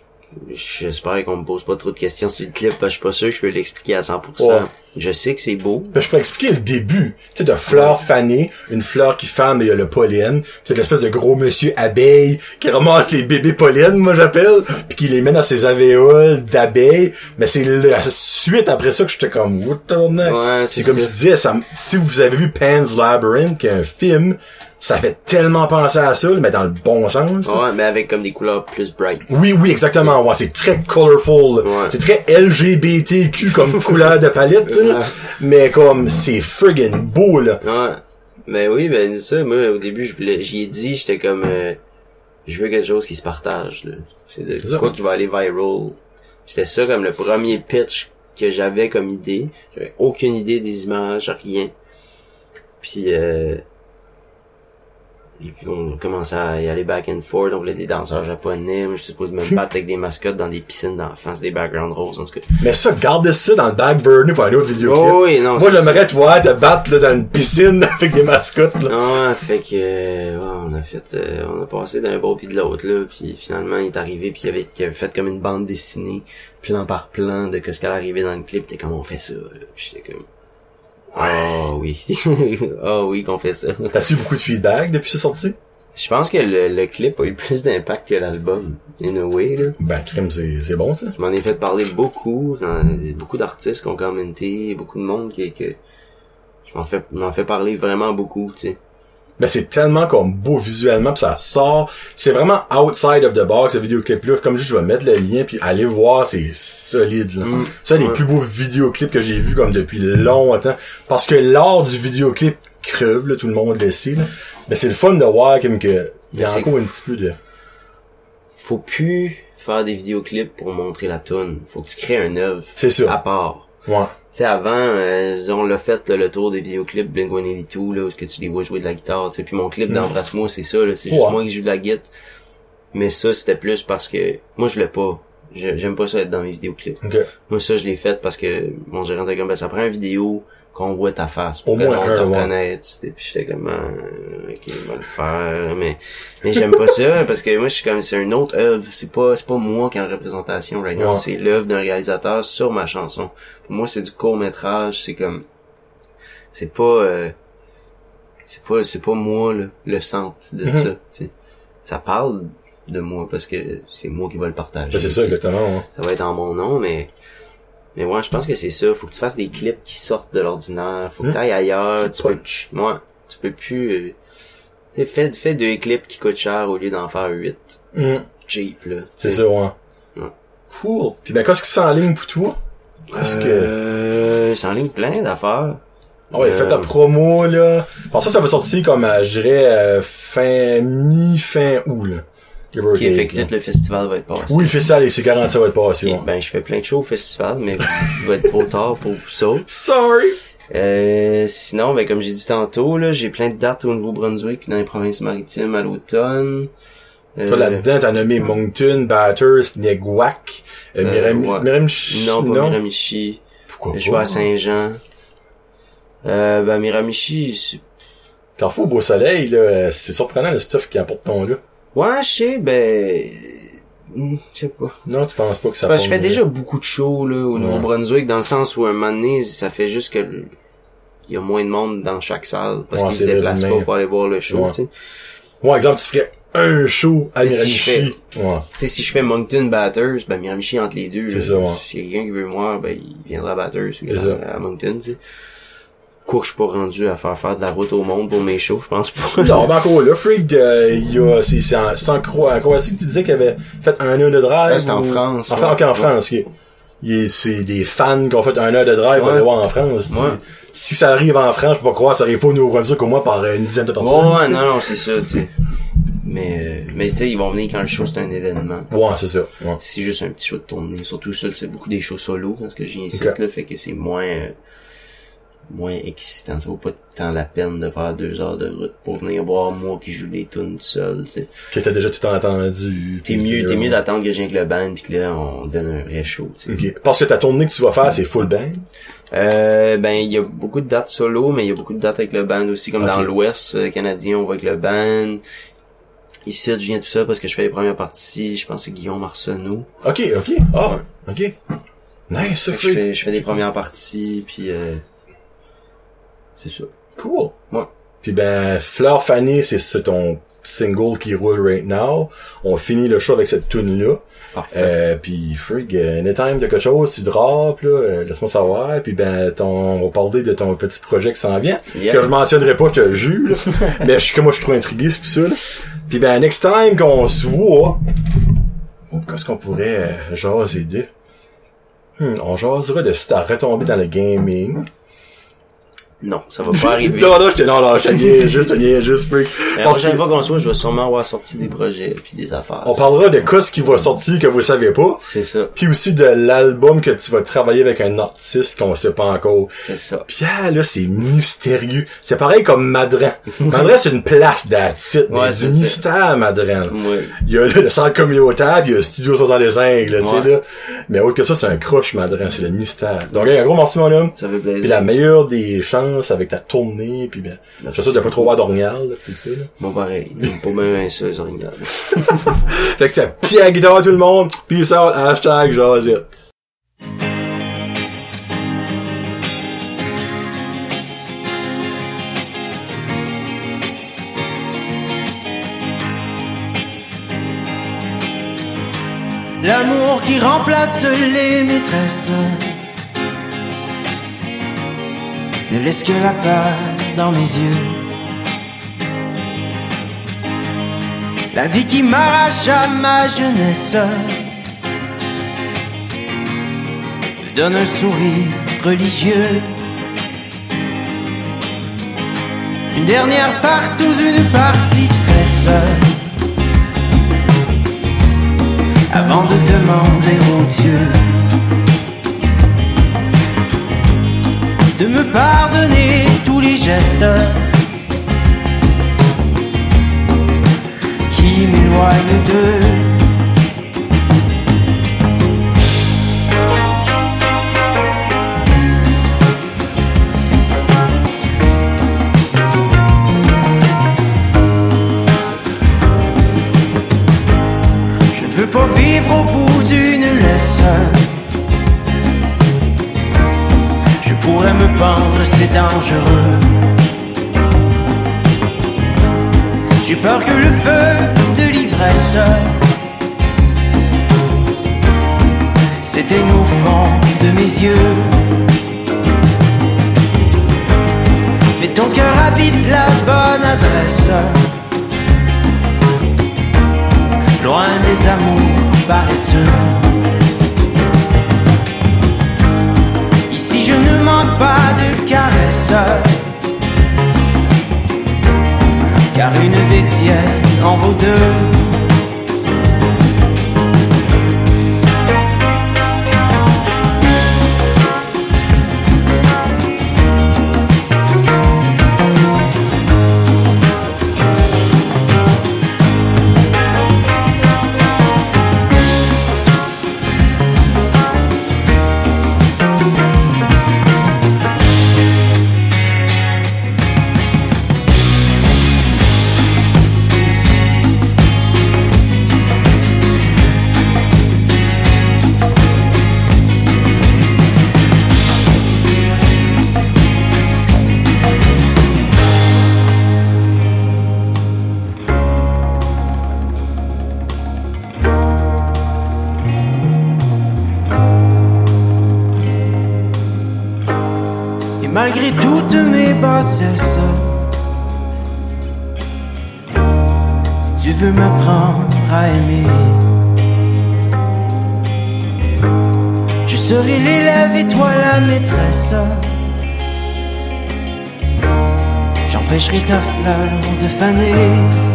j'espère qu'on me pose pas trop de questions sur le clip parce que je suis pas sûr que je peux l'expliquer à 100%.
Ouais.
Je sais que c'est beau.
Ben, je pourrais expliquer le début. Tu sais, de fleurs fanées, une fleur qui fane, mais il y a le pollen. Puis C'est l'espèce de gros monsieur abeille qui ramasse les bébés pollen, moi j'appelle, puis qui les met dans ses avéoles d'abeilles. Mais c'est la suite après ça que j'étais comme, what the heck?
Ouais,
C'est
c'est
comme
ça.
je disais, ça, m- si vous avez vu Pan's Labyrinth, qui est un film, ça fait tellement penser à ça, mais dans le bon sens. là.
Ouais, mais avec comme des couleurs plus bright.
Oui, oui, exactement. Ouais, c'est très colorful.
Ouais.
C'est très LGBTQ [laughs] comme couleur de palette, tu sais, là.
Ouais.
mais comme c'est friggin' beau là.
Ouais. Ben oui, ben ça, moi au début, je voulais, j'y ai dit, j'étais comme, euh, je veux quelque chose qui se partage. Là. C'est de,
C'est ça.
quoi qui va aller viral. C'était ça comme le premier pitch que j'avais comme idée. J'avais aucune idée des images, rien. Puis, euh, et puis on commençait à y aller back and forth. On voulait des danseurs japonais. Moi, je suppose même pas avec des mascottes dans des piscines d'enfance, des background roses en tout cas.
Mais ça, garde ça dans le back burner pour un autre vidéo.
Oh, oui, non.
Moi,
c'est ça.
j'aimerais te voir te battre là, dans une piscine [laughs] avec des mascottes. Là.
Ouais, Ah, fait que euh, ouais, on a fait euh, on a passé d'un bord puis de l'autre là, puis finalement il est arrivé puis il avait, il avait fait comme une bande dessinée plan par plan de que ce qu'elle arrivait dans le clip, t'es comme on fait ça. Là. Puis j'étais comme Oh oui. [laughs] oh oui qu'on fait ça.
T'as-tu eu beaucoup de feedback depuis sa sortie?
Je pense que le, le clip a eu plus d'impact que l'album in a way là.
Ben, crime, c'est c'est bon, ça.
Je m'en ai fait parler beaucoup, dans- beaucoup d'artistes qui ont commenté, beaucoup de monde qui que je m'en fais m'en fais parler vraiment beaucoup, tu sais.
Ben, c'est tellement comme beau visuellement, pis ça sort. C'est vraiment outside of the box, ce vidéoclip-là. Comme juste, je vais mettre le lien, puis allez voir, c'est solide, là.
Mm.
C'est un des
Ouais.
plus beaux vidéoclips que j'ai vu comme depuis longtemps. Parce que l'art du vidéoclip creve, là, tout le monde le sait, là. Mais c'est le fun de voir comme que il y a
C'est
encore un petit peu de...
faut plus faire des vidéoclips pour montrer la toune. Faut que tu crées un œuvre
C'est sûr.
à part.
Ouais.
Tu sais, avant, euh, on l'a fait là, le tour des vidéoclips Blink-182, là, où est-ce que tu les vois jouer de la guitare, tu sais. Puis mon clip d'Embrasse-moi, c'est ça, là, c'est juste
Mm. Ouais.
moi qui joue de la guitare. Mais ça, c'était plus parce que moi, je l'ai pas. Je- J'aime pas ça être dans mes vidéoclips.
Ok.
Moi, ça, je l'ai fait parce que mon gérant était comme, ben, ça prend une vidéo qu'on voit ta face pour
Au
que
moins
l'on
un,
te
ouais.
reconnaisse. Et puis, j'étais comme, Ah, ok, on va le faire. Mais, mais j'aime pas ça [laughs] parce que moi, je suis comme, c'est une autre œuvre. C'est pas, c'est pas moi qui est en représentation right now.
Ouais.
C'est l'œuvre d'un réalisateur sur ma chanson. Pour moi, c'est du court-métrage. C'est comme, c'est pas, euh, c'est pas, c'est pas moi, là, le centre de
Mhm.
ça. tu sais. Ça parle de moi parce que c'est moi qui va le partager
Ben, c'est ça, exactement. ouais.
ça va être en mon nom, mais mais ouais, je pense que c'est ça. Faut que tu fasses des clips qui sortent de l'ordinaire. Faut que
Hmm.
t'ailles ailleurs.
Qui
Tu peux,
punch.
ouais, tu peux plus. euh, tu sais, fais, fais deux clips qui coûtent cher au lieu d'en faire huit.
Hum,
Cheap là.
C'est ça, ouais.
Mm. Ouais.
Cool. Puis ben, qu'est-ce qui s'enligne pour toi? Qu'est-ce que...
Euh, c'est en ligne plein d'affaires.
Ah Ouais, fais ta
euh,
promo, là. Pour ça, ça va sortir comme, euh, je dirais, euh, fin mi, fin août, là. Give or
Puis
take,
fait que
là.
tout le festival va être passé.
Oui, le festival, c'est garanti, ça va être passé,
Et
ouais.
ben je fais plein de shows au festival, mais [laughs] il va être trop tard pour vous ça.
Sorry!
Euh, sinon, ben, comme j'ai dit tantôt, là, j'ai plein de dates au Nouveau-Brunswick, dans les provinces maritimes, à l'automne. Euh,
Toi, là-dedans, t'as nommé Moncton, Bathurst, Neguac, euh,
Euh,
Miram...
ouais.
Miramichi-
non, pas Miramichi.
Pourquoi
Je vais à
pas?
Saint-Jean. Euh, ben, Miramichi, c'est-
Carrefour, Beau Soleil, là, euh, c'est surprenant, le stuff qui apporte ton, là.
ouais, je sais, ben, hmm, je sais pas.
Non, tu penses pas que ça
Parce que je fais
porte, là.
déjà beaucoup de shows, là, au
Ouais.
Nouveau-Brunswick, dans le sens où, un moment donné, ça fait juste que le- il y a moins de monde dans chaque salle, parce
Ouais,
qu'ils se
c'est vrai,
déplacent
mais-
pas pour aller voir le show,
Ouais.
tu sais.
Moi, exemple, tu ferais un show à
C'est ce que
Miramichi.
je
Ouais.
Tu sais, si je fais Moncton Batters, ben Miramichi entre les deux.
C'est
là.
ça, ouais.
Si y a quelqu'un qui veut moi, ben il viendra à Batters ou
C'est ça.
à, à Moncton, tu sais. Cours, je suis pas rendu à faire faire de la route au monde pour mes shows, je pense pas.
Non, ben encore là, Freak, euh, il y a, c'est, c'est en, c'est en Cro- en Croatie que tu disais qu'il avait fait un heure de drive.
Ah, c'est en France,
En, Fran-
ouais.
ok, en France, ok. Il est- c'est des fans qui ont fait un heure de drive pour
Ouais.
aller voir en France. tu sais.
Ouais.
Si ça arrive en France, je peux pas croire, ça arrive pas au Nouveau-Brunswick au moins par euh, une dizaine de personnes.
[laughs]
tu
ouais,
sais.
non, non, c'est ça, tu sais. Mais, euh, mais tu sais, ils vont venir quand le show c'est un événement.
Ouais, c'est ça. Ouais.
C'est juste un petit show de tournée. Surtout ça, c'est beaucoup des shows solo, parce que j'ai ici,
Ok.
là, fait que c'est moins, euh, moins excitant. Ça vaut pas tant la peine de faire deux heures de route pour venir voir moi qui joue des tunes tout seul, tu sais.
Que t'as déjà tout entendu.
T'es
puis
mieux,
c'est-
t'es mieux d'attendre que j'ai avec le band pis que là, on donne un vrai show, tu sais.
Ok. Parce que ta tournée que tu vas faire, c'est full band.
Euh, ben, il y a beaucoup de dates solo, mais il y a beaucoup de dates avec le band aussi, comme
Ok.
dans l'Ouest euh, canadien, on va avec le band. Ici, je viens tout ça parce que je fais les premières parties, je pense que c'est Guillaume Arsenault.
Ok, ok. Ah, ok. Nice,
Fait que je
Freak.
fais, je fais des premières parties puis euh, c'est ça.
Cool.
Ouais.
Puis ben, Fleur Fanny, c'est c'est ton single qui roule right now. On finit le show avec cette tune là.
Parfait.
Euh, puis Frig, euh, anytime t'as quelque chose, tu drops, là, euh, laisse-moi savoir. Puis ben, ton, on va parler de ton petit projet qui s'en vient.
Yeah.
Que je mentionnerai pas, je te le jure. là. Mais je suis que moi, je suis trop intrigué, c'est pour ça. là. Puis ben, next time qu'on se voit, oh, qu'est-ce qu'on pourrait euh, jaser de? Hmm, on jasera de si t'as retombé dans le gaming.
Non, ça va pas
[laughs]
arriver.
Non, non, je te, non, non, je te niaise juste, je te niaise juste, freak.
La
Parce que- Oh.
prochaine fois qu'on se voit, je vais sûrement avoir sorti des projets puis des affaires.
on parlera de quoi ce qui va sortir que vous le savez pas.
C'est ça,
Puis aussi de l'album que tu vas travailler avec un artiste qu'on sait pas encore.
c'est ça.
Puis ah, là, c'est mystérieux. C'est pareil comme Madran. Madran, c'est une place d'attitude, mais
Ouais,
du
c'est ça.
mystère, Madran.
Ouais.
Il y a le centre communautaire, puis il y a le Studio 65, là, tu sais,
Ouais.
là. Mais autre que ça, c'est un crush, Madran, c'est le mystère. Donc, hey, un gros merci, mon homme.
Ça fait
Puis
plaisir.
la meilleure des chances avec ta tournée, puis ben, je suis sûr de pas trop voir d'ornial, là, tout ça, là.
Bon, pareil. J'aime pas même ça, les orignales.
Fait que c'est pied à la guitare tout le monde. Peace out, hashtag Jazette.
L'amour qui remplace les maîtresses Ne laisse que la peur dans mes yeux La vie qui m'arrache à ma jeunesse Me donne un sourire religieux Une dernière part, ou une partie de fesses demander aux dieux de me pardonner tous les gestes qui m'éloignent d'eux. Je ne veux pas vivre au bout d'une laisse. Je pourrais me pendre, c'est dangereux. J'ai peur que le feu de l'ivresse s'éteigne au fond de mes yeux. Mais ton cœur habite la bonne adresse loin des amours paresseux. Ici je ne manque pas de caresses, car une des tiennes en vaut deux. Et malgré toutes mes bassesses, si tu veux m'apprendre à aimer, je serai l'élève et toi la maîtresse. J'empêcherai ta fleur de faner.